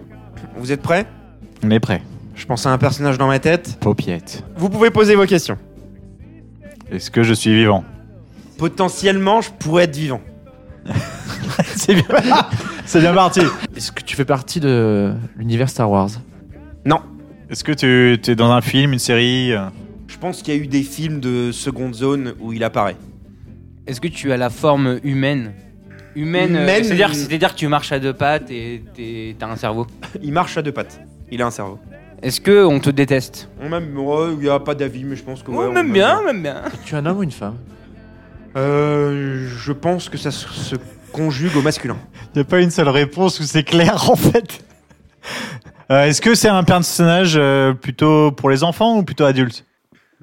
Vous êtes prêts
On est prêt.
Je pense à un personnage dans ma tête.
Paupiette.
Vous pouvez poser vos questions.
Est-ce que je suis vivant
Potentiellement, je pourrais être vivant.
C'est bien. c'est bien parti.
Est-ce que tu fais partie de l'univers Star Wars
Est-ce que tu es dans un film, une série euh,
Je pense qu'il y a eu des films de seconde zone où il apparaît.
Est-ce que tu as la forme humaine Humaine, euh,
Humaine.
c'est-à-dire c'est-à-dire que tu marches à deux pattes et t'es- t'as un cerveau.
Il marche à deux pattes. Il a un cerveau.
Est-ce que on te déteste
On m'aime, ouais, il n'y a pas d'avis, mais je pense que. ouais, on m'aime
même bien.
Tu es un homme ou une femme
Euh, je pense que ça se se conjugue au masculin.
Il n'y a pas une seule réponse où c'est clair en fait. Euh, Est-ce que c'est un personnage euh, plutôt pour les enfants ou plutôt adulte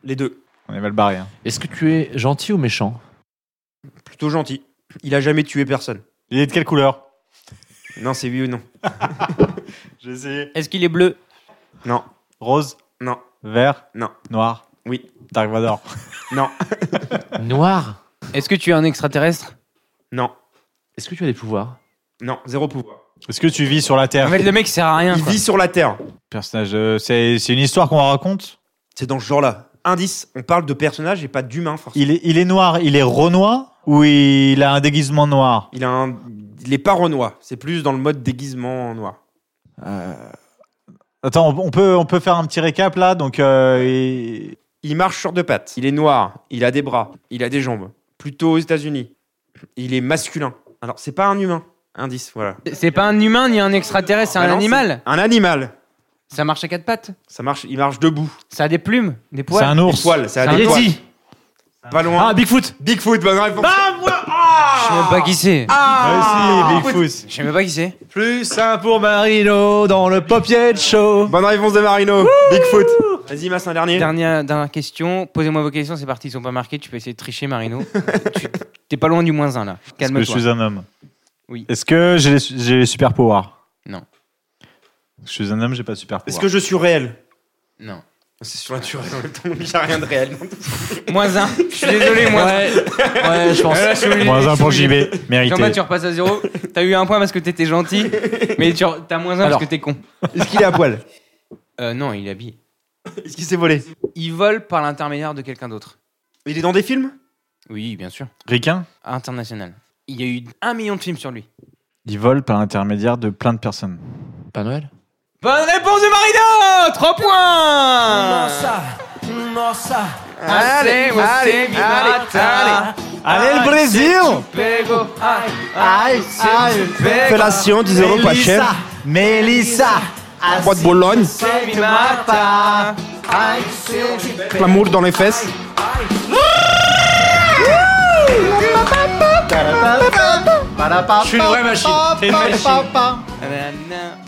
Les deux.
On est mal barré. hein.
Est-ce que tu es gentil ou méchant
Plutôt gentil. Il a jamais tué personne.
Il est de quelle couleur
Non, c'est oui ou non.
J'ai essayé.
Est-ce qu'il est bleu
Non,
Rose
non,
Vert
Non.
Noir
Oui.
Dark Vador.
non,
Noir
Est-ce que tu es un extraterrestre
non,
Est-ce que tu as des pouvoirs
Non, zéro pouvoir.
Est-ce que tu vis sur la
En
Terre
fait, le mec sert à rien.
Ah. Il
quoi.
vit sur la Terre.
Personnage, euh, c'est c'est une histoire qu'on raconte.
C'est dans ce genre-là. Indice, on parle de personnage et pas d'humain, forcément.
Il est, il est noir, il est renois ou il a un déguisement noir
Il, a un... il est pas renois. C'est plus dans le mode déguisement noir.
Attends, on, on peut, on peut faire un petit récap là. Donc, euh, il-
Il marche sur deux pattes. Il est noir. Il a des bras. Il a des jambes. Plutôt aux États-Unis. Il est masculin. Alors, c'est pas un humain. Indice, voilà.
C'est pas un humain ni un extraterrestre, c'est
Bah
un
non,
animal.
Un animal.
Ça marche à quatre pattes.
Ça marche, il marche debout.
Ça a des plumes, des
c'est
poils.
un
Des
ours.
poils, ça a
C'est
des
un
poils.
Yeti. Ah. Bah
Pas loin.
Ah,
Bigfoot.
Bigfoot, bonne réponse.
Je sais même pas qui c'est.
Ah,
Ah, si, Bigfoot.
Je sais même pas qui c'est.
Plus un pour Marino dans le popiette show.
Bonne réponse de Marino. Bigfoot. Vas-y, Mas, un dernier.
Dernière, dernière question. Posez-moi vos questions, c'est parti. Ils sont pas marqués. Tu peux essayer de tricher, Marino. Tu- T'es pas loin du moins 1 là.
Est-ce que je
Calme-toi.
suis un homme
Oui.
Est-ce que j'ai les, su- j'ai les super pouvoirs
Non.
Je suis un homme, j'ai pas de super
Est-ce
pouvoir.
que je suis réel
Non.
C'est surnaturel en même temps, il n'y a rien de réel.
Moins 1. Je suis désolé, moins
Ouais, ouais, je pense.
Là, je suis obligé-
Moins un pour
je suis obligé.
JB,
Jean-Baptiste, tu
mérité.
repasses à zéro. T'as eu un point parce que t'étais gentil, mais tu re- t'as moins un
Alors.
parce que t'es con.
Est-ce qu'il est à poil
Euh, non, il est habillé.
Est-ce qu'il s'est volé
Il vole par l'intermédiaire de quelqu'un d'autre.
Il est dans des films
Oui, bien sûr.
Riquin,
International. Il y a eu un million de films sur lui.
il vole par l'intermédiaire de plein de personnes.
Pas Noël
Bonne réponse de Marino 3 points Allez, allez,
Allez,
Ah,
le Brésil
Fellation, 10 euros, pas cher.
Mélissa
Bois de Bologne, l'amour dans les fesses.
Je suis une vraie machine.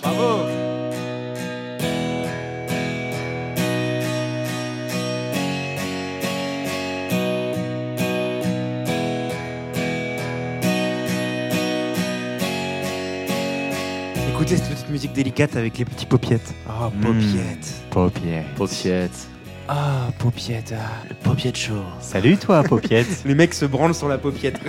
Bravo
Écoutez cette petite musique délicate avec les petits paupiettes. Oh,
Hmm.
paupiettes.
Popiette.
Ah, paupiette.
Le popiette show.
Salut toi, Popiette.
Les mecs se branlent sur la paupiette.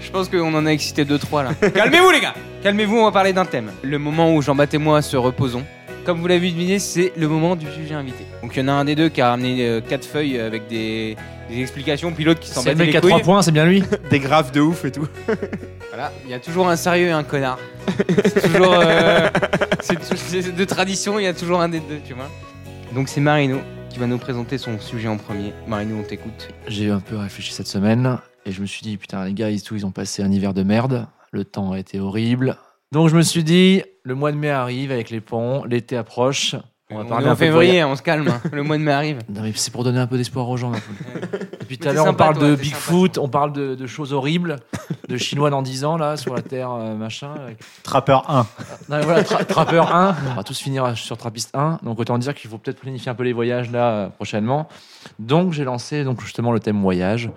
Je pense qu'on en a excité 2-3 là. Calmez-vous les gars Calmez-vous, on va parler d'un thème. Le moment où Jean-Baptiste et moi se reposons. Comme vous l'avez deviné, c'est le moment du sujet invité. Donc il y en a un des deux qui a ramené 4 feuilles avec des, des explications, puis l'autre qui s'en
C'est le
battait
mec
les
qui a 3
couilles.
points, c'est bien lui.
Des graphes de ouf et tout.
Voilà, il y a toujours un sérieux et un connard. C'est toujours. euh, c'est tou- c'est de tradition, il y a toujours un des deux, tu vois. Donc c'est Marino qui va nous présenter son sujet en premier. Marino, on t'écoute.
J'ai un peu réfléchi cette semaine et je me suis dit, putain, les gars, ils, tous, ils ont passé un hiver de merde. Le temps a été horrible. Donc je me suis dit, le mois de mai arrive avec les ponts, l'été approche. On va parler
est en
un peu de
février, on se calme. hein. Le mois de mai arrive.
Non, mais c'est pour donner un peu d'espoir aux gens. un peu. Depuis tout
Mais
à
t'es
l'heure, on
sympa,
parle
toi,
de
t'es
Bigfoot, on parle de, de choses horribles, de Chinois dans 10 ans, là, sur la Terre, euh, machin.
Trappeur 1.
Non, mais voilà, Tra- Trappeur 1, on va tous finir sur Trappiste 1, donc autant dire qu'il faut peut-être planifier un peu les voyages là euh, prochainement. Donc j'ai lancé donc justement le thème voyage.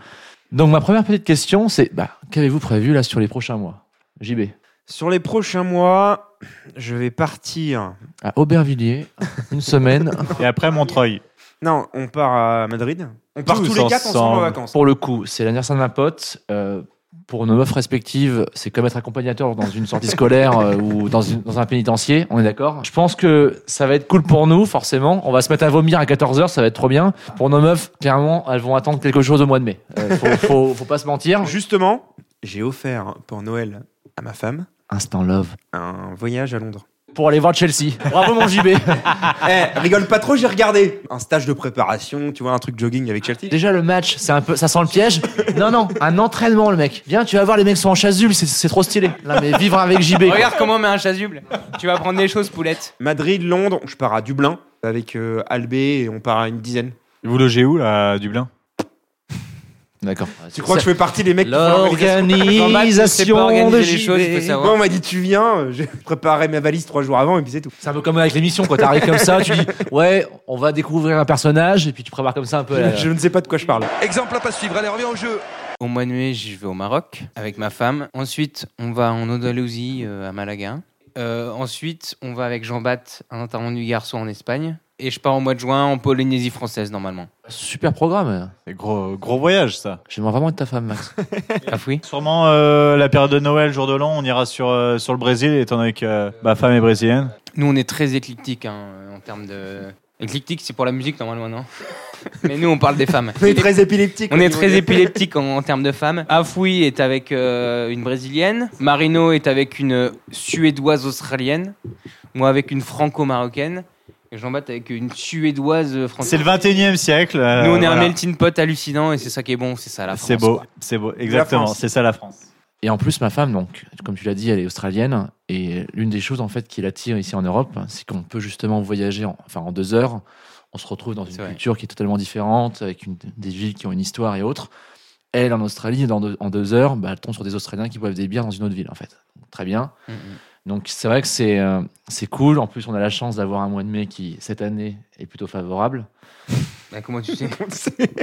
Donc ma première petite question, c'est bah, qu'avez-vous prévu là sur les prochains mois JB
Sur les prochains mois, je vais partir.
à Aubervilliers, une semaine.
Et après Montreuil.
Non, on part à Madrid. On part tous,
Tous
les quatre ensemble en
ensemble.
vacances.
Pour le coup, c'est l'anniversaire de ma pote. euh, pour nos meufs respectives, c'est comme être accompagnateur dans une sortie scolaire euh, ou dans, une- dans un pénitencier, on est d'accord Je pense que ça va être cool pour nous, forcément. On va se mettre à vomir à 14h, ça va être trop bien. Pour nos meufs, clairement, elles vont attendre quelque chose au mois de mai. Euh, faut, faut- faut pas se mentir.
Justement, j'ai offert pour Noël à ma femme
Instant love.
un voyage à Londres.
Pour aller voir Chelsea. Bravo mon JB
Eh,
Ah.
rigole pas trop, j'ai regardé. Un stage de préparation, tu vois, un truc jogging avec Chelsea.
Déjà le match, c'est un peu, ça sent le piège. Non, non, un entraînement le mec. Viens, tu vas voir, les mecs sont en chasuble, c'est- c'est trop stylé. Là, mais vivre avec JB. quoi.
Regarde comment on met un chasuble. Tu vas prendre des choses, poulette.
Madrid, Londres, je pars à Dublin avec euh, Albé et on part à une dizaine.
Vous logez où là, à Dublin
D'accord.
Tu crois que je fais partie des mecs qui font l'organisation
L'organisation
L'organisation
de
de
JB. Ah ouais.
Moi, on m'a dit tu viens, euh, j'ai préparé ma valise trois jours avant et puis c'est tout.
C'est un peu comme avec l'émission, quand t'arrives comme ça, tu dis ouais, on va découvrir un personnage et puis tu prépares comme ça un peu. la-
Je ne sais pas de quoi je parle.
Exemple à pas suivre, allez, reviens au jeu.
Au mois de mai, je vais au Maroc avec ma femme. Ensuite, on va en Andalousie, euh, à Malaga. Euh, ensuite, on va avec Jean Bat, un enterrement du garçon en Espagne. et je pars au mois de juin en Polynésie française normalement.
Super programme.
C'est gros, gros voyage, ça.
J'aimerais vraiment être ta femme, Max.
Ah oui
Sûrement, euh, la période de Noël, jour de l'an, on ira sur, euh, sur le Brésil, étant donné que euh, ma femme est brésilienne.
Nous on est très éclectique hein, en termes de... Éclectique c'est pour la musique normalement non Mais nous on parle des femmes.
On est très épileptique.
On est très épileptique en, en termes de femmes. Afoui est avec euh, une brésilienne. Marino est avec une suédoise australienne. Moi avec une franco-marocaine. Et Jean-Baptiste avec une suédoise euh, française.
C'est le 21 e siècle. euh,
Nous, on est un
voilà.
melting pot hallucinant et c'est ça qui est bon, c'est ça la France.
C'est beau,
quoi.
c'est beau, exactement,
France.
c'est ça la France.
Et en plus, ma femme, donc, comme tu l'as dit, elle est australienne. Et l'une des choses, en fait, qui l'attire ici en Europe, c'est qu'on peut justement voyager, en, enfin, en deux heures. On se retrouve dans une
C'est vrai.
culture qui est totalement différente, avec une- des villes qui ont une histoire et autres. Elle, en Australie, dans deux- en deux heures, bah, elle tombe sur des Australiens qui boivent des bières dans une autre ville, en fait. Très bien.
Mm, mm.
Donc, c'est vrai que c'est euh, c'est cool. En plus, on a la chance d'avoir un mois de mai qui, cette année, est plutôt favorable.
Bah, comment tu sais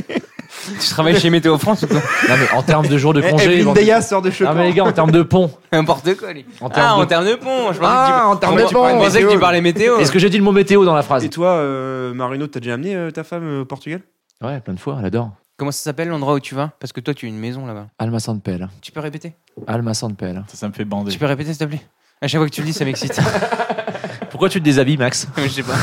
Tu travailles chez Météo France ou quoi Eh,
Non, mais en termes de jours de congé.
Eh, Evelyne
éventu-
Deya sort de chez
Ah, mais les gars, en termes de pont.
N'importe quoi, lui.
En termes
Ah, en
de-
termes de pont je pensais que
Ah,
tu-
en termes
je
de
pensais que
pont,
tu- Je pensais que
météo.
tu parlais météo.
Est-ce que j'ai dit le mot météo dans la phrase
Et toi, euh, Marino, t'as déjà amené euh, ta femme euh, au Portugal
Ouais, plein de fois, elle adore.
Comment ça s'appelle l'endroit où tu vas Parce que toi, tu as une maison là-bas.
Alma Sandpel.
Tu peux répéter
Alma Sandpel.
Ça, ça me fait bander.
Tu peux répéter s'il te plaît À chaque fois que tu le dis, ça m'excite.
Pourquoi tu te déshabilles, Max
Je sais pas.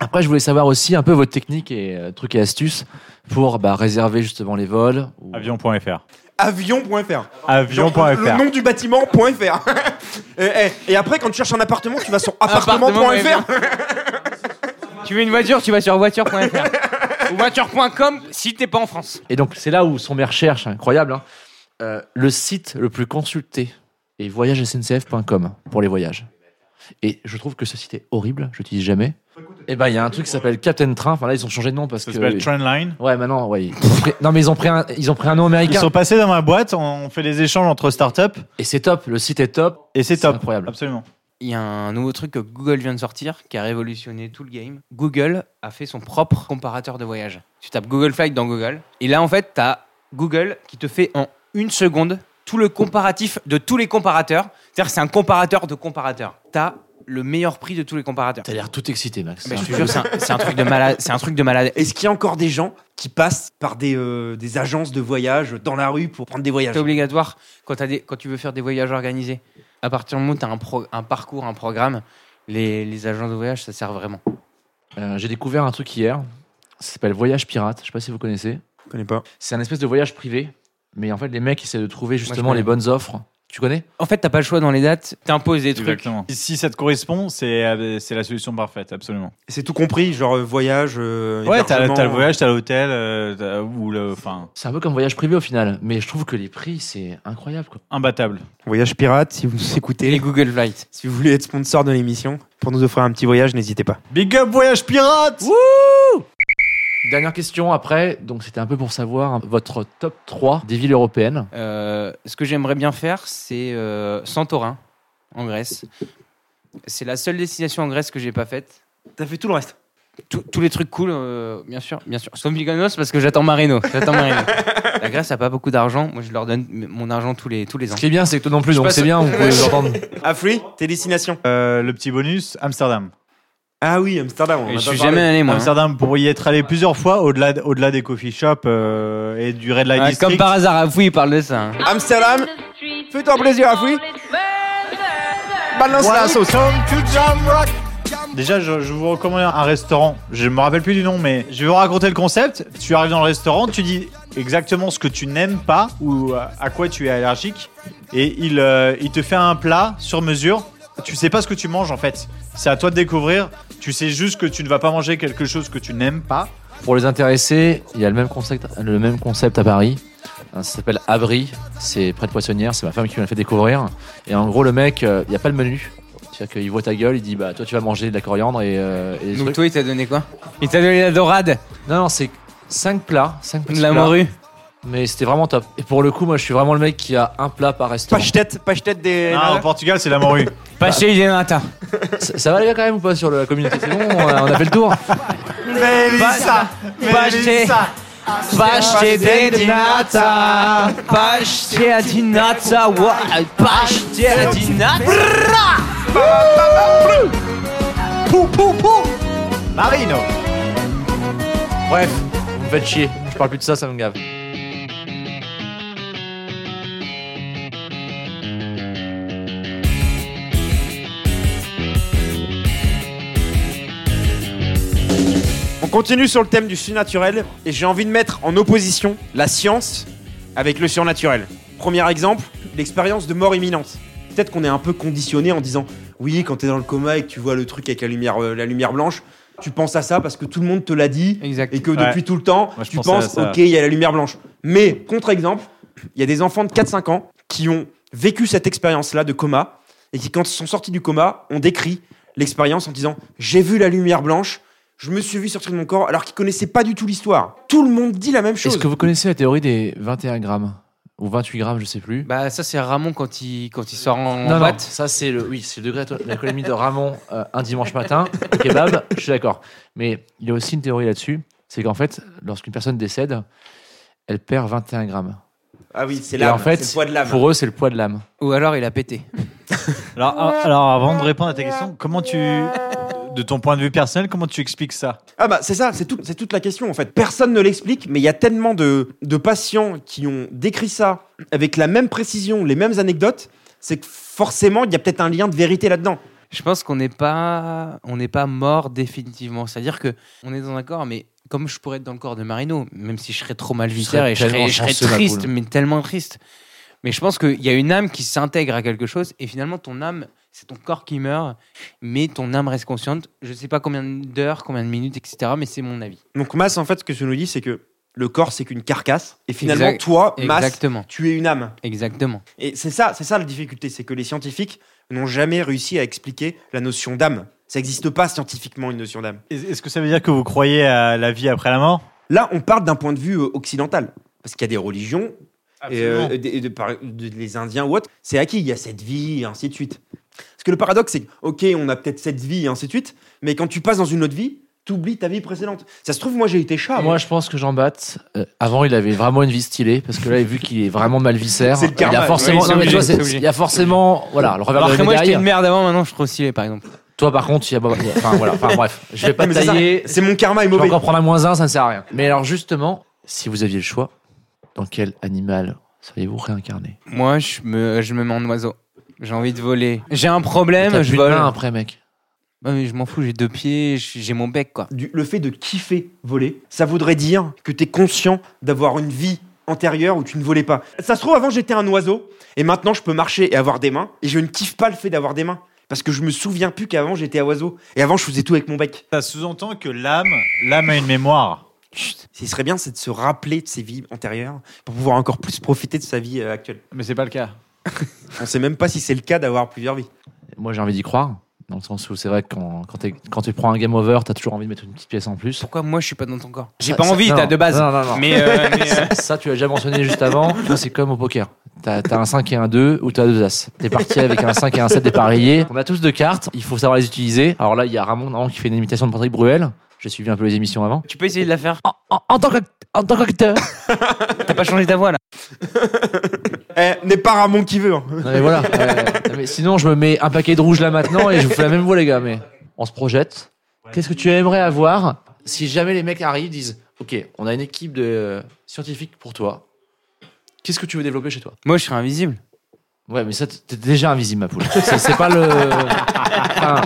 Après, je voulais savoir aussi un peu votre technique et euh, trucs et astuces pour bah, réserver justement les vols. ou-
Avion.fr.
Avion.fr. Genre, Le
Avion.fr.
nom du bâtiment.fr. et, Eh, et- et après, quand tu cherches un appartement, tu vas sur
Appartement.fr.
appartement.fr.
Tu veux une voiture, tu vas sur voiture.fr ou voiture.com si t'es pas en France.
Et donc, c'est là où sont mes recherches, incroyable. hein. Euh, le site le plus consulté est voyagesncf.com pour les voyages. Et je trouve que ce site est horrible, je l'utilise jamais. Et ben, il y a un truc qui s'appelle Captain Train. Enfin, là, ils ont changé de nom parce
Ça
que.
s'appelle Trendline.
Ouais, maintenant, ouais. ils ont pris- Non, mais ils ont pris un, ils ont pris un nom
Ils
américain.
sont passés dans ma boîte, on fait des échanges entre startups
Et c'est top, le site est top.
et c'est
C'est
top.
incroyable.
Absolument.
Il y a un nouveau truc que Google vient de sortir qui a révolutionné tout le game. Google a fait son propre comparateur de voyage. Tu tapes Google Flight dans Google et là en fait t'as Google qui te fait en une seconde tout le comparatif de tous les comparateurs. C'est-à-dire que c'est un comparateur de comparateurs. T'as le meilleur prix de tous les comparateurs.
T'as l'air tout excité, Max. Hein,
Mais
C'est
je
un
te jure, c'est un- c'est un truc de malade. C'est un truc de malade.
Est-ce qu'il y a encore des gens qui passent par des, euh, des agences de voyage dans la rue pour prendre des voyages
C'est obligatoire quand, t'as des, quand tu veux faire des voyages organisés. À partir du moment où tu as un, pro- un parcours, un programme, les, les agents de voyage, ça sert vraiment.
Euh, j'ai découvert un truc hier. Ça s'appelle Voyage Pirate. Je sais pas si vous connaissez.
Je connais pas.
C'est un espèce de voyage privé. Mais en fait, les mecs essaient de trouver justement
connais.
les bonnes offres. Tu connais
En fait, t'as pas le choix dans les dates, t'imposes des trucs.
Exactement. Si ça te correspond, c'est euh, c'est la solution parfaite, absolument.
C'est tout compris, genre euh, voyage. euh,
Ouais, t'as
hébergement.
t'as le voyage, t'as l'hôtel, euh, t'as- ou le. Enfin,
C'est un peu comme voyage privé au final. Mais je trouve que les prix, c'est incroyable. Quoi.
imbattable.
Voyage pirate, si vous nous
Et
écoutez,
les Google Flight.
si vous voulez être sponsor de l'émission, pour nous offrir un petit voyage, n'hésitez pas.
Big up voyage pirate
Dernière question après. Donc, c'était un peu pour savoir votre top 3 des villes européennes.
Euh, ce que j'aimerais bien faire, c'est euh, Santorin, en Grèce. C'est la seule destination en Grèce que j'ai pas faite.
T'as fait tout le reste.
Tous- tous les trucs cool, euh, bien sûr, bien sûr. Sauf Mykonos parce que j'attends Marino. J'attends Marino. la Grèce a pas beaucoup d'argent. Moi, je leur donne mon argent tous les tous les ans.
Ce qui est bien, c'est que toi non plus. Donc,
passe-
c'est bien, vous pouvez vous entendre.
Ah, free Tes destinations
Euh, Le petit bonus, Amsterdam.
Ah oui, Amsterdam. on en a
Je
pas
suis
parlé.
jamais allé moi. hein.
Amsterdam, pour y être allé plusieurs fois, au-delà au-delà des coffee shops euh, et du Red Light
Ah,
District.
comme par hasard, à vous, il parle de ça. hein.
Amsterdam, fais-toi plaisir, Afoui. Balance la sauce.
Déjà, je, je vous recommande un restaurant. Je me rappelle plus du nom, mais je vais vous raconter le concept. Tu arrives dans le restaurant, tu dis exactement ce que tu n'aimes pas ou euh, à à quoi tu es allergique, et il, euh, il te fait un plat sur mesure. Tu sais pas ce que tu manges en fait. C'est à toi de découvrir. Tu sais juste que tu ne vas pas manger quelque chose que tu n'aimes pas.
Pour les intéressés, il y a le même concept, le même concept à Paris. Euh, Ça s'appelle Abri, c'est près de Poissonnière, c'est ma femme qui me l'a fait découvrir. Et en gros, le mec, euh, il n'y a pas le menu. C'est-à-dire qu'il voit ta gueule, il dit Bah, toi, tu vas manger de la coriandre et, euh, et des
Donc
trucs.
toi, il t'a donné quoi Il t'a donné la dorade,
Non, non, c'est 5 plats, 5
de la morue.
Bah. Mais c'était vraiment top. Et pour le coup, moi, je suis vraiment le mec qui a un plat par restaurant.
Pachetette, pachetette des.
Ah, au Portugal, c'est la morue.
Pas chez hein. Idenata.
Ça, ça va, les gars, quand même, ou pas sur la communauté C'est bon, on a, on a fait le tour.
Mélissa,
pas chez-
Mélissa.
Pas chez Idenata. Pas chez Adinata. Wa- Pas chez Adinata.
Marino
Bref, vous me faites chier. Je parle plus de ça, ça me gave.
On continue sur le thème du surnaturel et j'ai envie de mettre en opposition la science avec le surnaturel. Premier exemple, l'expérience de mort imminente. Peut-être qu'on est un peu conditionné en disant oui, quand t'es dans le coma et que tu vois le truc avec la lumière, euh, la lumière blanche, tu penses à ça parce que tout le monde te l'a dit
Exact.
et que
Ouais.
depuis tout le temps,
Moi, je
tu
pensais à
penses
ça.
ok, il y a la lumière blanche. Mais contre-exemple, il y a des enfants de 4-5 ans qui ont vécu cette expérience-là de coma et qui, quand ils sont sortis du coma, ont décrit l'expérience en disant j'ai vu la lumière blanche, je me suis vu sortir de mon corps, alors qu'ils connaissaient pas du tout l'histoire. Tout le monde dit la même chose.
Est-ce que vous connaissez la théorie des 21 grammes Ou 28 grammes, je sais plus.
Bah ça c'est Ramon quand il quand il sort en,
non,
en
non,
boîte.
ça c'est le, oui, c'est le degré de l'alcoolémie de Ramon euh, un dimanche matin, au kebab, je suis d'accord. Mais il y a aussi une théorie là-dessus, c'est qu'en fait, lorsqu'une personne décède, elle perd 21 grammes.
Ah oui, c'est
Et
l'âme,
en fait,
c'est le poids de l'âme.
Pour eux, c'est le poids de l'âme.
Ou alors il a pété.
alors, a- alors, avant de répondre à ta question, comment tu. De ton point de vue personnel, comment tu expliques ça
Ah bah c'est ça, c'est tout- c'est toute la question en fait. Personne ne l'explique, mais il y a tellement de, de patients qui ont décrit ça avec la même précision, les mêmes anecdotes, c'est que forcément il y a peut-être un lien de vérité là-dedans.
Je pense qu'on n'est pas on n'est pas mort définitivement. C'est-à-dire que on est dans un corps, mais comme je pourrais être dans le corps de Marino, même si je serais trop mal
serais
et je serais,
tellement
je serais
chanceux, ma
triste,
poule.
mais tellement triste. Mais je pense qu'il y a une âme qui s'intègre à quelque chose et finalement ton âme, c'est ton corps qui meurt, mais ton âme reste consciente. Je sais pas combien d'heures, combien de minutes, etc. Mais c'est mon avis.
Donc Mas en fait ce que tu nous dis c'est que le corps c'est qu'une carcasse et finalement
Exact-
toi Mas
Exactement,
tu es une âme.
exactement.
Et c'est ça, c'est ça la difficulté, c'est que les scientifiques n'ont jamais réussi à expliquer la notion d'âme. Ça n'existe pas scientifiquement une notion d'âme.
Est- Est-ce que ça veut dire que vous croyez à la vie après la mort
Là, on parle d'un point de vue euh, occidental, parce qu'il y a des religions, et,
Absolument.
euh, des- et de, par- de- les Indiens ou autres, c'est acquis, il y a cette vie, et ainsi de suite. Parce que le paradoxe, c'est que, ok, on a peut-être cette vie, et ainsi de suite, mais quand tu passes dans une autre vie, t'oublies ta vie précédente. Ça se trouve, moi, j'ai été chat.
Moi, je pense que Jean Bapt, euh, avant, il avait vraiment une vie stylée, parce que là, vu qu'il est vraiment malvicère,
C'est le karma,
il y a
oui,
forcément,
c'est
non, mais tu
obligé,
vois, c'est-
c'est obligé.
il y a forcément, voilà, le revers
Alors
de
que
la
moi j'étais
médaille.
une merde avant, maintenant je trouve stylé par exemple.
Toi, par contre, il y a, pas- enfin, voilà, enfin, bref, je vais pas
Mais
te
c'est ça,
tailler,
C'est mon karma est
Je vais
mauvais.
encore prendre un moins un, ça ne sert à rien. Mais alors justement, si vous aviez le choix, dans quel animal seriez-vous réincarné
Moi je me, je me mets en oiseau. J'ai envie de voler. J'ai un
T'as
problème,
plus
je
de
vole.
main après, mec.
Ouais, mais je m'en fous, j'ai deux pieds, je- j'ai mon bec, quoi.
Du- le fait de kiffer voler, ça voudrait dire que t'es conscient d'avoir une vie antérieure où tu ne volais pas. Ça se trouve, avant j'étais un oiseau, et maintenant je peux marcher et avoir des mains, et je ne kiffe pas le fait d'avoir des mains. Parce que je me souviens plus qu'avant j'étais un oiseau, et avant je faisais tout avec mon bec.
Ça sous-entend que l'âme, l'âme a une mémoire.
Ce qui serait bien, c'est de se rappeler de ses vies antérieures pour pouvoir encore plus profiter de sa vie euh, actuelle.
Mais c'est pas le cas.
On sait même pas si c'est le cas d'avoir plusieurs vies.
Moi, j'ai envie d'y croire. Dans le sens où c'est vrai que quand, quand, t'es- quand tu prends un game over, t'as toujours envie de mettre une petite pièce en plus.
Pourquoi moi je suis pas dans ton corps J'ai
Ça-
pas
ça-
envie,
non,
t'as de base.
non, non, non.
Mais, euh, mais, euh,
Ça, tu l'as déjà mentionné juste avant. Toi, c'est comme au poker. T'as t'as un 5 et un 2 ou t'as deux as. T'es parti avec un 5 et un 7 dépareillés. On a tous deux cartes. Il faut savoir les utiliser. Alors là, il y a Ramon normalement, qui fait une imitation de Patrick Bruel. J'ai suivi un peu les émissions avant.
tu peux essayer de la faire.
En, en- en tant que- en tant qu'acteur.
T'as pas changé ta voix là.
Eh, n'est pas Ramon qui veut. hein.
Non mais voilà. Euh, mais sinon, je me mets un paquet de rouge là maintenant et je vous fais la même voix, les gars. Mais on se projette. Qu'est-ce que tu aimerais avoir si jamais les mecs arrivent disent Ok, on a une équipe de euh, scientifiques pour toi. Qu'est-ce que tu veux développer chez toi
Moi je serais invisible.
Ouais, mais ça, t'es déjà invisible, ma poule. C'est c'est pas le. Enfin,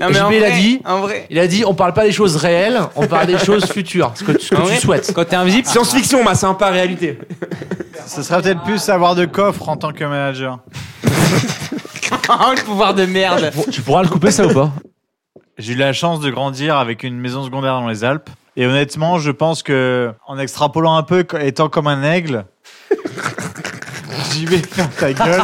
Non,
JB
en
l'a
vrai-
dit.
En vrai.
il a dit On parle pas des choses réelles, on parle des choses futures, ce que, ce que
En
tu
vrai,
souhaites.
Quand t'es invisible,
Science-fiction, ma, c'est un pas réalité.
Ça serait peut-être plus savoir de coffre en tant que manager.
oh, le pouvoir de merde.
Tu pourras le couper, ça ou pas
J'ai eu la chance de grandir avec une maison secondaire dans les Alpes. Et honnêtement, je pense que, en extrapolant un peu, co- étant comme un aigle, j'y vais faire ta gueule.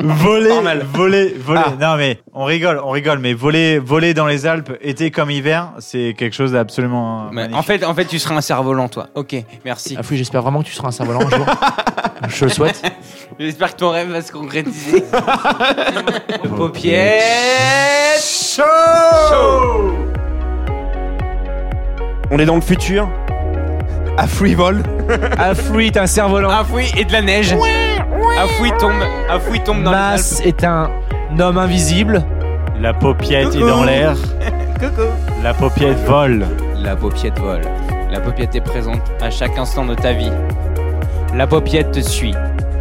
voler, voler, voler. Non mais on rigole, on rigole. Mais voler, voler dans les Alpes, été comme hiver, c'est quelque chose d'absolument. euh,
Mais
magnifique.
en fait, en fait, tu serais un cerf-volant toi. Ok, merci.
Ah, fouille, j'espère vraiment que tu seras un cerf-volant un jour. Je le souhaite.
J'espère que ton rêve va se concrétiser. le paupier.
On est dans le futur. À Freeball.
Afri est un cerf-volant.
Afoui et de la neige. Afoui tombe. Afoui tombe dans les Alpes.
Mas est un homme invisible.
La paupiette est dans l'air. La paupiette vole.
La paupiette vole. La paupiette est présente à chaque instant de ta vie. La paupiette te suit.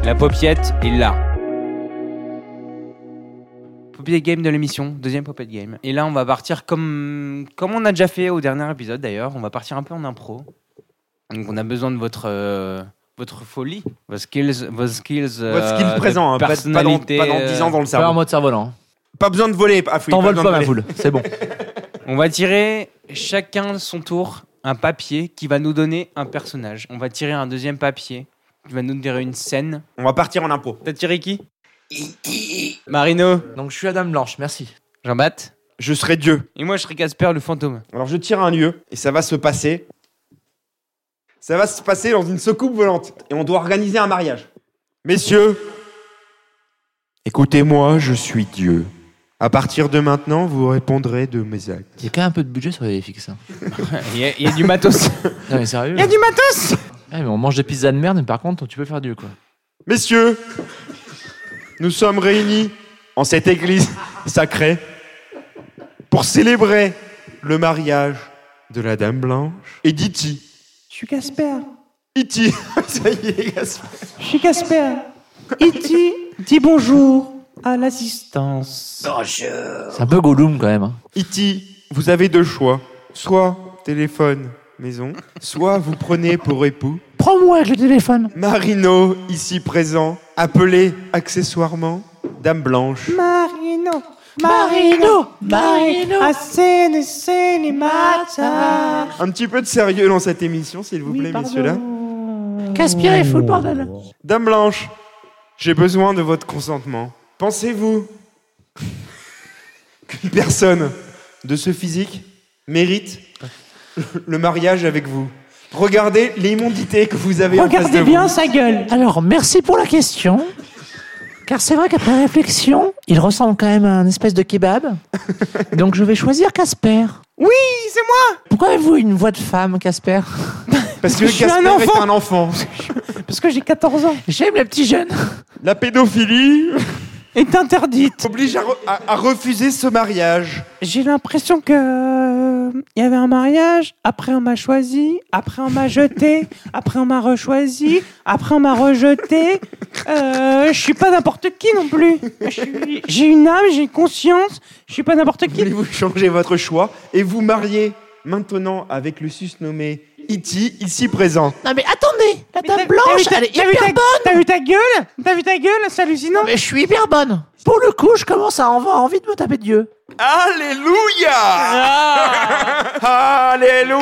La paupiette est là. Paupiette game de l'émission, deuxième paupiette game. Et là, on va partir comme, comme on a déjà fait au dernier épisode d'ailleurs. On va partir un peu en impro. Donc, on a besoin de votre, euh, votre folie, vos skills. Vos skills, euh,
Votre skill
de
présent, hein, pas, pas dans,
personnalité,
pas dans 10 ans dans
Pas
le
en
cerveau.
mode cerf-volant.
Pas besoin de voler, ah, fouille,
euh, T'envoles
besoin
pas,
de
ma
voler.
foule. C'est bon.
On va tirer chacun son tour un papier qui va nous donner un personnage. On va tirer un deuxième papier qui va nous donner une scène.
On va partir en impro.
T'as tiré qui Marino.
Donc je suis la dame blanche, merci.
Jean-Bat.
Je serai Dieu.
Et moi, je serai Casper le fantôme.
Alors je tire un lieu et ça va se passer. Ça va se passer dans une soucoupe volante et on doit organiser un mariage. Messieurs, écoutez-moi, je suis Dieu. À partir de maintenant, vous répondrez de mes actes.
Il y a quand même un peu de budget sur les FX. Hein.
Il y, a- il y a du matos.
Non mais sérieux.
Il y a du matos
Ouais, Ah, mais on mange des pizzas de merde, mais par contre, tu peux faire du quoi.
Messieurs, nous sommes réunis en cette église sacrée pour célébrer le mariage de la Dame Blanche et d'Iti.
Je suis Casper.
Iti, ça y est, Gaspard.
Je suis Casper. Iti, dis bonjour à l'assistance.
C'est un peu Gollum quand même. hein.
Iti, vous avez deux choix. Soit téléphone maison, soit vous prenez pour époux
Prends-moi avec le téléphone.
Marino, ici présent, appelé accessoirement Dame Blanche.
Marino. Marino. Marino.
Ah,
À scène, scène,
Un petit peu de sérieux dans cette émission, s'il vous plaît, messieurs là.
Caspire est full bordel.
Dame Blanche, j'ai besoin de votre consentement. Pensez-vous qu'une personne de ce physique mérite le mariage avec vous Regardez les immondités que vous avez en face de vous.
sa gueule. Alors, merci pour la question. Car c'est vrai qu'après réflexion, il ressemble quand même à un espèce de kebab. Donc je vais choisir Casper. Oui,
c'est
moi Pourquoi avez-vous une voix de femme, Casper
Parce que
suis un
Casper est
enfant.
un enfant.
Parce que j'ai 14 ans.
J'aime les petits jeunes.
La pédophilie
Est interdite.
oblige à, re- à- à refuser ce mariage.
J'ai l'impression que euh, il y avait un mariage, après on m'a choisi, après on m'a jeté, après on m'a rechoisi, après on m'a rejeté. Euh, je suis pas n'importe qui non plus. Je suis- J'ai une âme, j'ai une conscience, je suis pas n'importe qui.
Voulez-vous changer votre choix et vous marier maintenant avec le susnommé Iti, ici présent
Non mais attendez, la
T'as- t'as vu ta- t'as vu ta- T'as vu ta gueule T'as vu ta gueule C'est hallucinant.
Mais je suis hyper bonne. Pour le coup, je commence à avoir envie de me taper de Dieu.
Alléluia Alléluia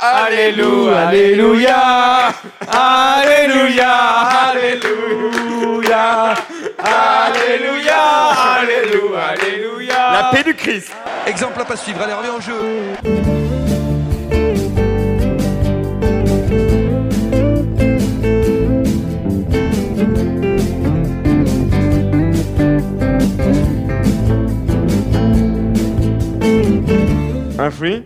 Alléluia Alléluia Alléluia Alléluia Alléluia Alléluia Alléluia La paix du Christ
Exemple à pas suivre, allez, reviens au jeu.
Un fruit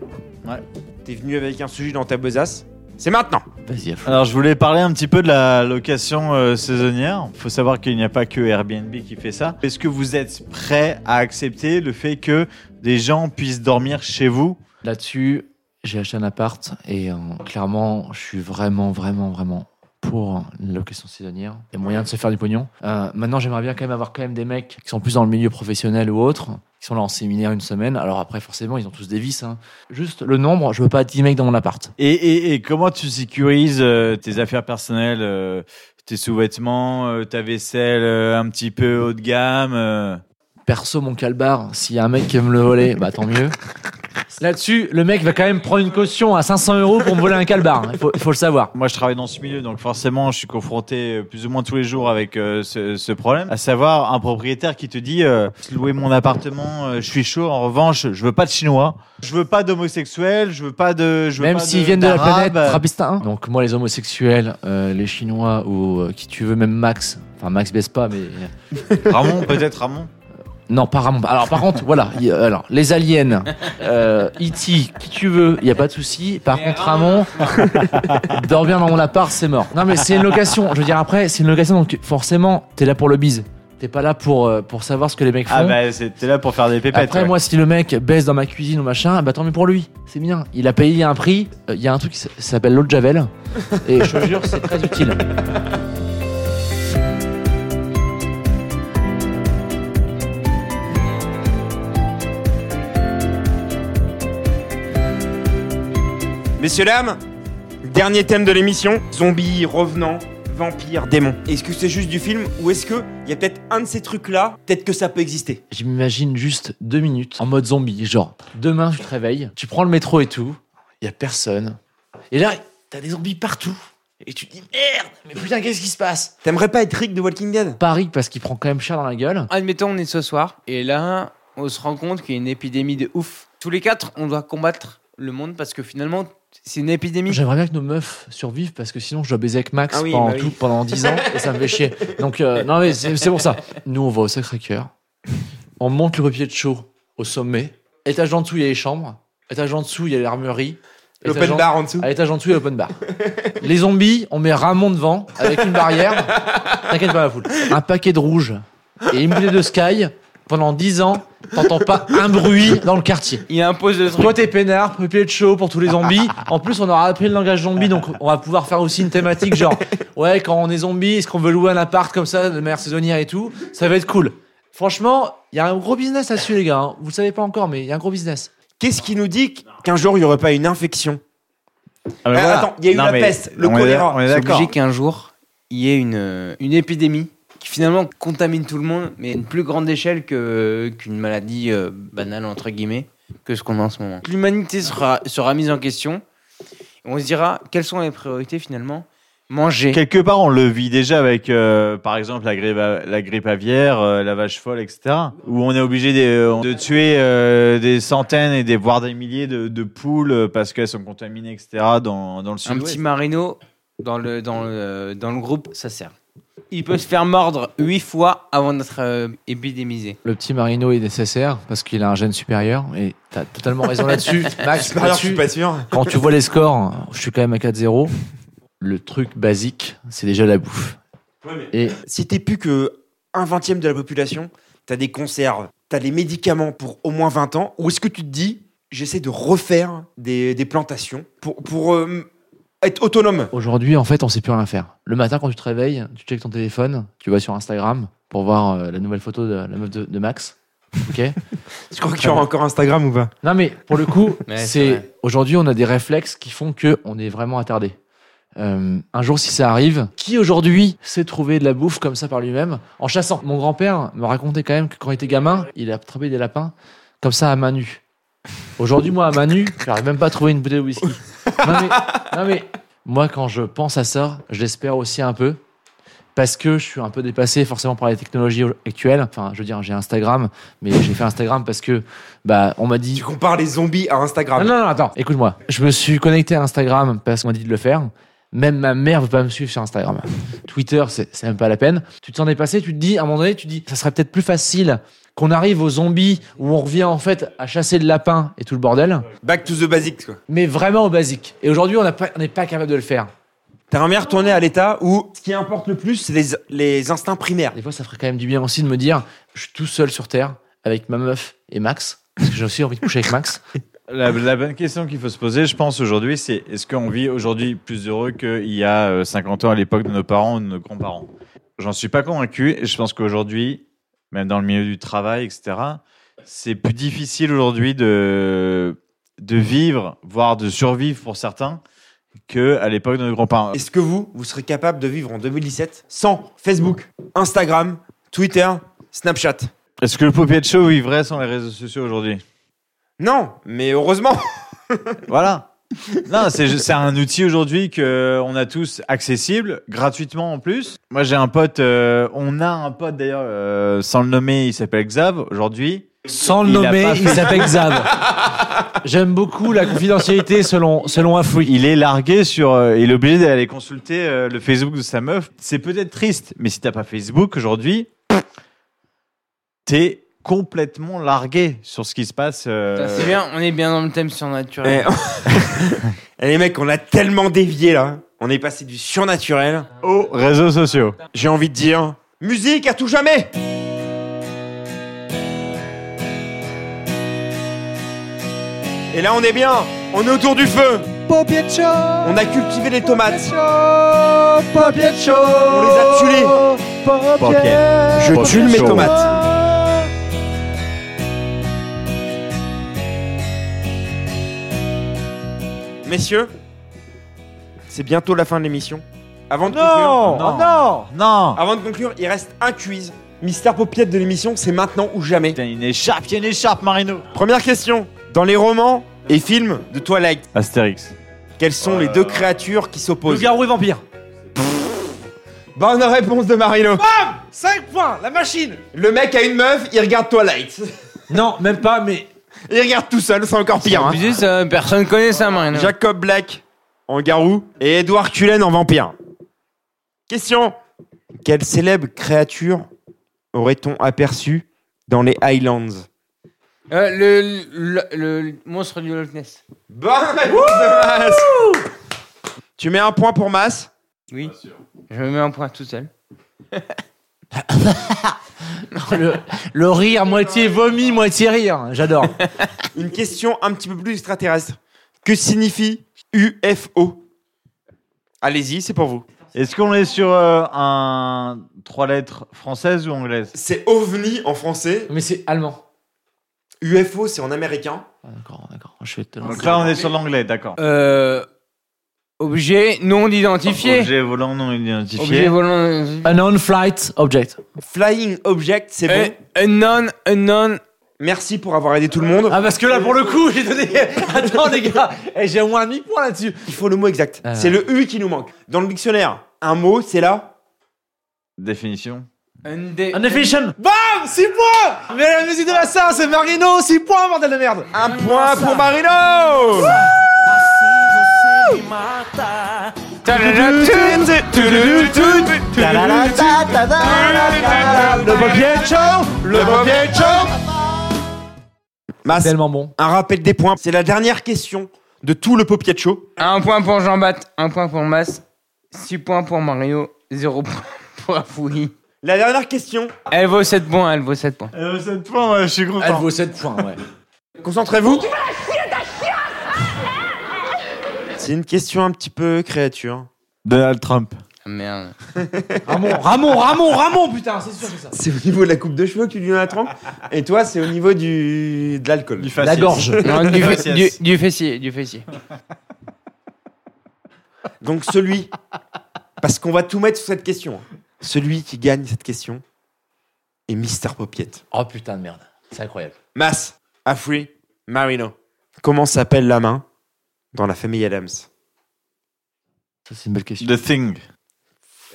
Ouais.
T'es venu avec un sujet dans ta besace C'est maintenant
Vas-y, à fond.
Alors, je voulais parler un petit peu de la location euh, saisonnière. Il faut savoir qu'il n'y a pas que Airbnb qui fait ça. Est-ce que vous êtes prêt à accepter le fait que des gens puissent dormir chez vous
Là-dessus, j'ai acheté un appart et euh, clairement, je suis vraiment, vraiment, vraiment pour la location saisonnière. Il y a moyen de se faire du pognon. Euh, maintenant, j'aimerais bien quand même avoir quand même des mecs qui sont plus dans le milieu professionnel ou autre, qui sont là en séminaire une semaine. Alors après, forcément, ils ont tous des vices. hein. Juste le nombre, je veux pas 10 mecs dans mon appart.
et, et, et comment tu sécurises euh, tes affaires personnelles, euh, tes sous-vêtements, euh, ta vaisselle euh, un petit peu haut de gamme euh
Perso, mon calbar, s'il y a un mec qui veut me le voler, bah tant mieux. Là-dessus, le mec va quand même prendre une caution à 500 euros pour me voler un calbar. Il faut, il faut le savoir.
Moi, je travaille dans ce milieu, donc forcément, je suis confronté euh, plus ou moins tous les jours avec euh, ce, ce problème, à savoir un propriétaire qui te dit euh, louer mon appartement, euh, je suis chaud. En revanche, je veux pas de chinois, je veux pas d'homosexuels, je veux pas de, je veux
Même
pas
s'ils viennent de la
d'Arabes.
planète Rabistin. Donc moi, les homosexuels, euh, les Chinois ou euh, qui tu veux, même Max. Enfin, Max baisse pas, mais euh,
Ramon, peut-être Ramon.
non, pas Ramon. Alors par contre, voilà. y- euh, alors les aliens, euh, E.T., qui tu veux, il y a pas de souci. Par
Mais
contre, Ramon, dors bien dans mon appart, c'est mort. Non, mais c'est une location. Je veux dire après, c'est une location, donc forcément, t'es là pour le bise. T'es pas là pour, euh, pour savoir ce que les mecs font.
Ah bah c'était là pour faire des pépettes.
Après,
ouais.
moi, si le mec baisse dans ma cuisine ou machin, bah tant mieux pour lui. C'est bien. Il a payé un prix. Euh, Il y a un truc qui s- s'appelle l'eau de Javel. Et je te jure, c'est très utile.
Messieurs, dames, dernier thème de l'émission zombies, revenants, vampires, démons. Est-ce que c'est juste du film ou est-ce que il y a peut-être un de ces trucs-là, peut-être que ça peut exister
Je m'imagine juste deux minutes en mode zombie. Genre, demain, tu te réveilles, tu prends le métro et tout, il y a personne. Et là, t'as des zombies partout. Et tu te dis, merde, mais putain, qu'est-ce qui se passe
T'aimerais pas être Rick de Walking Dead
Paris, parce qu'il prend quand même cher dans la gueule.
Admettons, on est ce soir, et là, on se rend compte qu'il y a une épidémie de ouf. Tous les quatre, on doit combattre le monde parce que finalement, c'est une épidémie.
J'aimerais bien que nos meufs survivent parce que sinon je dois baiser avec Max
Ah oui,
pendant,
bah oui.
tout, pendant 10 ans et ça me fait chier. Donc, euh, non, mais c'est c'est pour ça. Nous, on va au Sacré-Cœur, on monte le papier de chaud au sommet. Étage d'en dessous, il y a les chambres. Étage d'en dessous, il y a l'armurerie. Étage
L'open
d'en-
bar en dessous.
À l'étage en dessous, il y a l'open bar. Les zombies, on met Ramon devant avec une barrière. T'inquiète pas, la foule. Un paquet de rouge et une bouteille de Sky. Pendant 10 ans, t'entends pas un bruit dans le quartier.
Il impose le truc.
Toi t'es peinard, papier de chaud pour tous les zombies. En plus, on aura appris le langage zombie, donc on va pouvoir faire aussi une thématique genre, ouais, quand on est zombie, est-ce qu'on veut louer un appart comme ça de manière saisonnière et tout Ça va être cool. Franchement, il y a un gros business là-dessus, les gars. hein. Vous le savez pas encore, mais il y a un gros business.
Qu'est-ce qui nous dit qu'un jour il y aurait pas une infection
Ah, mais
Ah,
voilà.
Attends, il y a eu
Non,
la
mais
peste, le
on est-
choléra.
On est
C'est
d'accord.
obligé qu'un jour, il y ait une, euh, une épidémie qui finalement contamine tout le monde, mais à une plus grande échelle que- qu'une maladie euh, banale, entre guillemets, que ce qu'on a en ce moment. L'humanité sera, sera mise en question. On se dira, quelles sont les priorités finalement Manger.
Quelque part, on le vit déjà avec, euh, par exemple, la grippe, a- la grippe aviaire, euh, la vache folle, etc. Où on est obligé de, euh, de tuer euh, des centaines et des voire des milliers de, de poules euh, parce qu'elles sont contaminées, etc. Dans, dans le
un
sud
petit marino dans le, dans, le, dans le groupe, ça sert. Il peut se faire mordre huit fois avant d'être euh, épidémisé.
Le petit Marino est nécessaire parce qu'il a un gène supérieur et t'as totalement raison là-dessus. Max,
Bah alors, je suis pas sûr.
quand tu vois les scores, je suis quand même à 4-0. Le truc basique, c'est déjà la bouffe. Et
Si t'es plus que un vingtième de la population, t'as des conserves, t'as des médicaments pour au moins 20 ans, ou est-ce que tu te dis, j'essaie de refaire des, des plantations pour, pour euh, être autonome
Aujourd'hui, en fait, on sait plus rien faire. Le matin, quand tu te réveilles, tu checkes ton téléphone, tu vas sur Instagram pour voir euh, la nouvelle photo de la meuf de, de Max. Ok.
Tu crois qu'il y aura encore Instagram ou pas
non, mais pour le coup,
Ouais, c'est vrai.
c'est aujourd'hui, on a des réflexes qui font que on est vraiment attardé. Euh, un jour, si ça arrive, qui aujourd'hui sait trouver de la bouffe comme ça par lui-même en chassant Mon grand-père me racontait quand même que quand il était gamin, il a attrapé des lapins comme ça à main nue. Aujourd'hui, moi, à main nue, j'arrive même pas à trouver une bouteille de whisky. Non mais, non, mais moi, quand je pense à ça, je l'espère aussi un peu. Parce que je suis un peu dépassé forcément par les technologies actuelles. Enfin, je veux dire, j'ai Instagram, mais j'ai fait Instagram parce que, bah, on m'a dit.
Tu compares les zombies à Instagram.
Non, non, non, attends, écoute-moi. Je me suis connecté à Instagram parce qu'on m'a dit de le faire. Même ma mère veut pas me suivre sur Instagram. Twitter, c'est c'est même pas la peine. Tu t'en es passé, tu te dis, à un moment donné, tu te dis, ça serait peut-être plus facile qu'on arrive aux zombies où on revient en fait à chasser le lapin et tout le bordel,
Back to the basics, quoi.
mais vraiment au basique. Et aujourd'hui, on n'a pas- on n'est pas capable de le faire.
T'as un bien retourné à l'état où ce qui importe le plus, c'est les, les instincts primaires.
Des fois, ça ferait quand même du bien aussi de me dire, je suis tout seul sur Terre avec ma meuf et Max, parce que j'ai aussi envie de coucher avec Max.
La, la bonne question qu'il faut se poser, je pense, aujourd'hui, c'est est-ce qu'on vit aujourd'hui plus heureux qu'il y a euh, 50 ans à l'époque de nos parents ou de nos grands-parents J'en suis pas convaincu et je pense qu'aujourd'hui, même dans le milieu du travail, etc., c'est plus difficile aujourd'hui de, de vivre, voire de survivre pour certains, qu'à l'époque de nos grands-parents.
Est-ce que vous, vous serez capable de vivre en 2017 sans Facebook, Instagram, Twitter, Snapchat
Est-ce que le papier de show vivrait sans les réseaux sociaux aujourd'hui
Non, mais heureusement
Voilà. Non, c'est ju- c'est un outil aujourd'hui que euh, on a tous accessible gratuitement en plus. Moi, j'ai un pote. euh, on a un pote d'ailleurs, euh, sans le nommer, il s'appelle Xav. Aujourd'hui,
Sans le
Il a
nommer,
pas
il s'appelle Xav. J'aime beaucoup la confidentialité selon, selon un fruit.
il est largué sur. euh, il est obligé d'aller consulter euh, le Facebook de sa meuf. C'est peut-être triste, mais si t'as pas Facebook aujourd'hui, t'es complètement largué sur ce qui se passe. euh,
Ça, C'est bien, on est bien dans le thème surnaturel.
Eh, Eh, les mecs, on a tellement dévié là. On est passé du surnaturel.
aux réseaux sociaux.
J'ai envie de dire musique à tout jamais. Et là, on est bien. On est autour du feu. On a cultivé les tomates. On les a tulées. Je tue mes tomates. Messieurs, c'est bientôt la fin de l'émission. Avant de conclure,
Non.
non
Non
avant de conclure, il reste un quiz. Mystère paupiette de l'émission, c'est maintenant ou jamais.
Putain, Il y a une écharpe, il y a une écharpe, Marino
Première question. Dans les romans et films de Twilight,
Astérix.
quelles sont les
Euh,
deux créatures qui
Le
s'opposent
garou et vampire.
Bonne réponse de Marino.
5 points, la machine
Le mec a une meuf, il regarde Twilight.
Non, même pas, mais.
Il regarde tout seul, c'est encore pire.
En
hein.
plus, euh, personne connaît ça, Marino.
Jacob Black en garou et Edward Cullen en vampire. Question. Quelle célèbre créature aurait-on aperçu dans les Highlands
Euh, le, le, le- le monstre du Loch Ness.
Bonne réponse de Mas. Tu mets un point pour Mas.
Oui. Je me mets un point tout seul.
le, le rire, moitié vomi, moitié rire. J'adore.
Une question un petit peu plus extraterrestre. Que signifie UFO Allez-y, c'est pour vous.
Est-ce qu'on est sur euh, un trois lettres françaises ou anglaises
C'est OVNI en français.
Mais c'est allemand. Ah,
UFO, c'est en américain.
D'accord, d'accord. Je vais te
Donc là, on est sur l'anglais, d'accord.
Euh, objet non identifié.
Objet volant non
Objet
identifié.
volant.
Unknown flight object.
Flying Object, c'est
Euh,
bon.
unknown, unknown.
Merci pour avoir aidé tout le monde.
Ah parce que là pour le coup j'ai donné. Attends les gars, eh, j'ai au moins un demi point là-dessus.
Il faut le mot exact.
Ah.
C'est le U qui nous manque. Dans le dictionnaire, un mot, c'est là.
Définition.
Undé-
Undefinition.
Bam 6 points Mais la musique de la salle, c'est Marino 6 points, bordel de merde
Un point pour Marino
Le papier chaud Le papier chaud
Mas,
Tellement bon.
un rappel des points. C'est la dernière question de tout le Popiat Show.
Un point pour Jean-Bat, un point pour Mas, 6 points pour Mario, 0 point pour Afoui.
La dernière question.
Elle vaut 7 points, elle vaut 7 points.
Euh, cette fois, je suis
Elle
content.
vaut 7 points ouais.
Concentrez-vous. C'est une question un petit peu créature.
Donald Trump.
Ah, Merde.
Ramon, Ramon, Ramon, Ramon putain c'est sûr c'est ça.
C'est au niveau de la coupe de cheveux que tu lui donnes la trempe. Et toi, c'est au niveau du... de l'alcool.
Du
La
faciès.
gorge.
Non, du, fe-
Faciès.
du, du fessier, du fessier.
Donc celui, parce qu'on va tout mettre sur cette question, hein. celui qui gagne cette question est Mister Popiette.
Oh putain de merde. C'est incroyable.
Mas, Afri, Marino. Comment s'appelle la main dans la famille Adams
Ça c'est une belle question.
The Thing.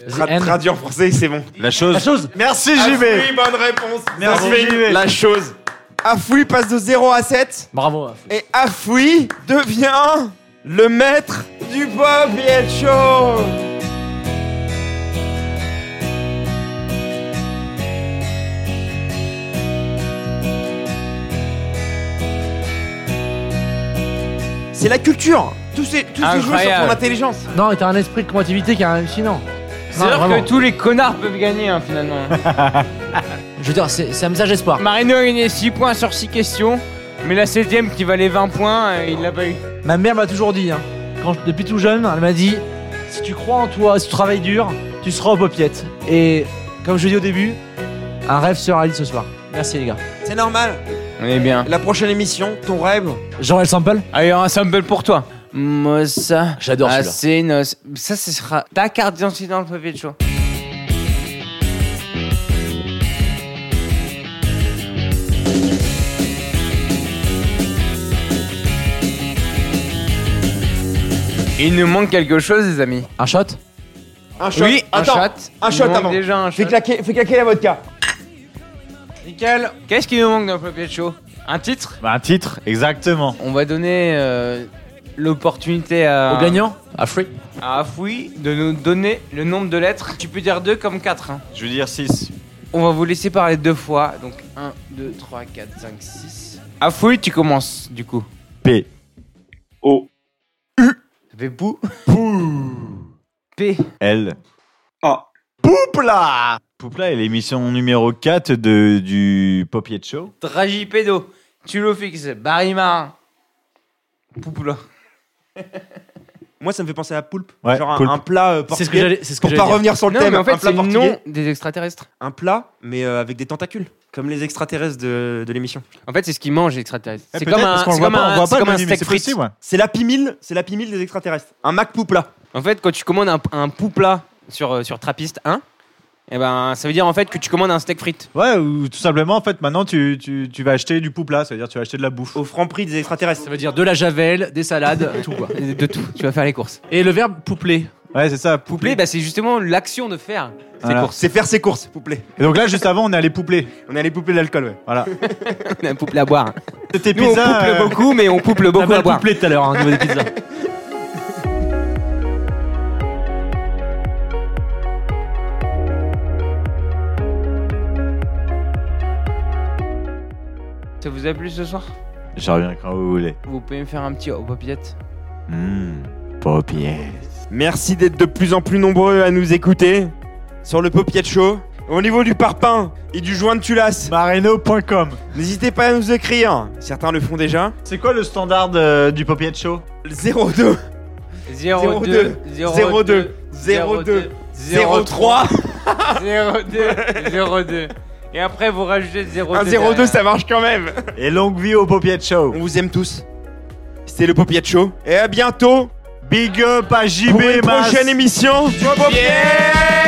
The
Tra-
end.
Traduit en français, c'est bon.
La chose.
La chose.
Merci JB.
Afri, bonne réponse.
Merci,
Ça fait
JB.
La chose. Afri passe de 0 à 7
Bravo.
et Afri devient le maître du Popiette Show. C'est la culture. Tous ces, tous ces jeux sur ton
Incroyable.
intelligence.
Non, t'as un esprit de combativité qui est hallucinant.
C'est
Non,
sûr
vraiment.
que tous les connards peuvent gagner hein, finalement.
Je veux dire, c'est c'est un message d'espoir.
Marino a gagné 6 points sur 6 questions, mais la 7ème qui valait 20 points, euh, il l'a pas eu.
Ma mère m'a toujours dit, hein, quand, je- depuis tout jeune, elle m'a dit si tu crois en toi, si tu travailles dur, tu seras aux popiettes. Et comme je l'ai dit au début, un rêve se réalise ce soir. Merci les gars.
C'est normal.
On est Eh bien.
La prochaine émission, ton rêve.
Jean-El Sample
Allez, un sample pour toi. Mossa.
J'adore
Ah,
celui-là.
c'est une- Ça, ce sera ta carte d'identité dans le papier de show. Il nous manque quelque chose, les amis.
Un shot
Un shot.
oui,
Attends.
un shot.
un
Il
shot
nous manque
avant.
Déjà un shot.
Fais claquer, fais claquer la vodka.
Nickel. Qu'est-ce qui nous manque dans le papier de show Un titre
Bah, Un titre, exactement.
On va donner euh, l'opportunité à.
Au gagnant Ah. À free.
à Afoui de nous donner le nombre de lettres. Tu peux dire 2 comme 4.
Je veux dire 6.
On va vous laisser parler deux fois. Donc 1, 2, 3, 4, 5, 6. Afoui, tu commences du coup.
P. O.
Ça fait pou. P.
L.
Ah.
Poupla Poupla est l'émission numéro 4 de, du Popiet Show.
Dragipédo. Tu le fixes. Barry Marin. Poupoula.
Moi, ça me fait penser à poulpe.
Ouais,
Genre un,
poulpe.
un plat euh,
C'est
portugais.
ce que j'allais c'est ce que
pour
j'allais
pas
dire.
revenir sur le
Non,
thème,
mais en fait,
un plat
c'est le
portugais.
nom des extraterrestres.
Un plat, mais euh, avec des tentacules. Comme les extraterrestres de, de l'émission.
En fait, c'est ce qu'ils mangent, les extraterrestres.
Eh,
C'est
peut-être,
comme
parce
un,
qu'on le
c'est
voit
comme
pas, on
un,
voit
c'est
pas le
comme un
menu, mais
steak
c'est
frites.
possible, ouais.
C'est la pimille, c'est la pimille des extraterrestres. Un mac poupla.
En fait, quand tu commandes un, un poupla sur, euh, sur Trappist 1, eh ben, ça veut dire en fait que tu commandes un steak frites.
Ouais, ou tout simplement, en fait, maintenant, tu, tu, tu vas acheter du poupla, c'est-à-dire tu vas acheter de la bouffe.
Au franc prix des extraterrestres.
Ça veut dire de la javel, des salades, tout quoi.
De tout. Tu vas faire les courses.
Et le verbe poupler.
Ouais, c'est ça, poupler.
Poupler, bah, c'est justement l'action de faire ses
Voilà.
courses.
C'est faire ses courses, pouplet.
bah.
Et donc là, juste avant, on est allé poupler.
On a les poupées d'alcool, ouais.
Voilà.
On pouple à boire.
C'était
Nous, on
pizza.
pouple
euh,
beaucoup, mais on pouple beaucoup à
le
boire.
poupler tout à l'heure, hein, au niveau des pizzas.
Ça vous a plu ce soir
Je reviens quand vous voulez.
Vous pouvez me faire un petit aux papiette
Mmh, paupières.
Merci d'être de plus en plus nombreux à nous écouter sur le Popiet Show. Au niveau du parpaing et du joint de Tulas,
Marino.com.
n'hésitez pas à nous écrire. Certains le font déjà.
C'est quoi le standard euh, du Popiet Show
02
02
02 02 03
02 02 Et après, vous rajoutez 02.
Un 02 ça marche quand même.
Et longue vie au Popiet Show.
On vous aime tous. C'était le Popiet Show. Et à bientôt
Big up à JB
pour une
Mas.
prochaine émission du Popiet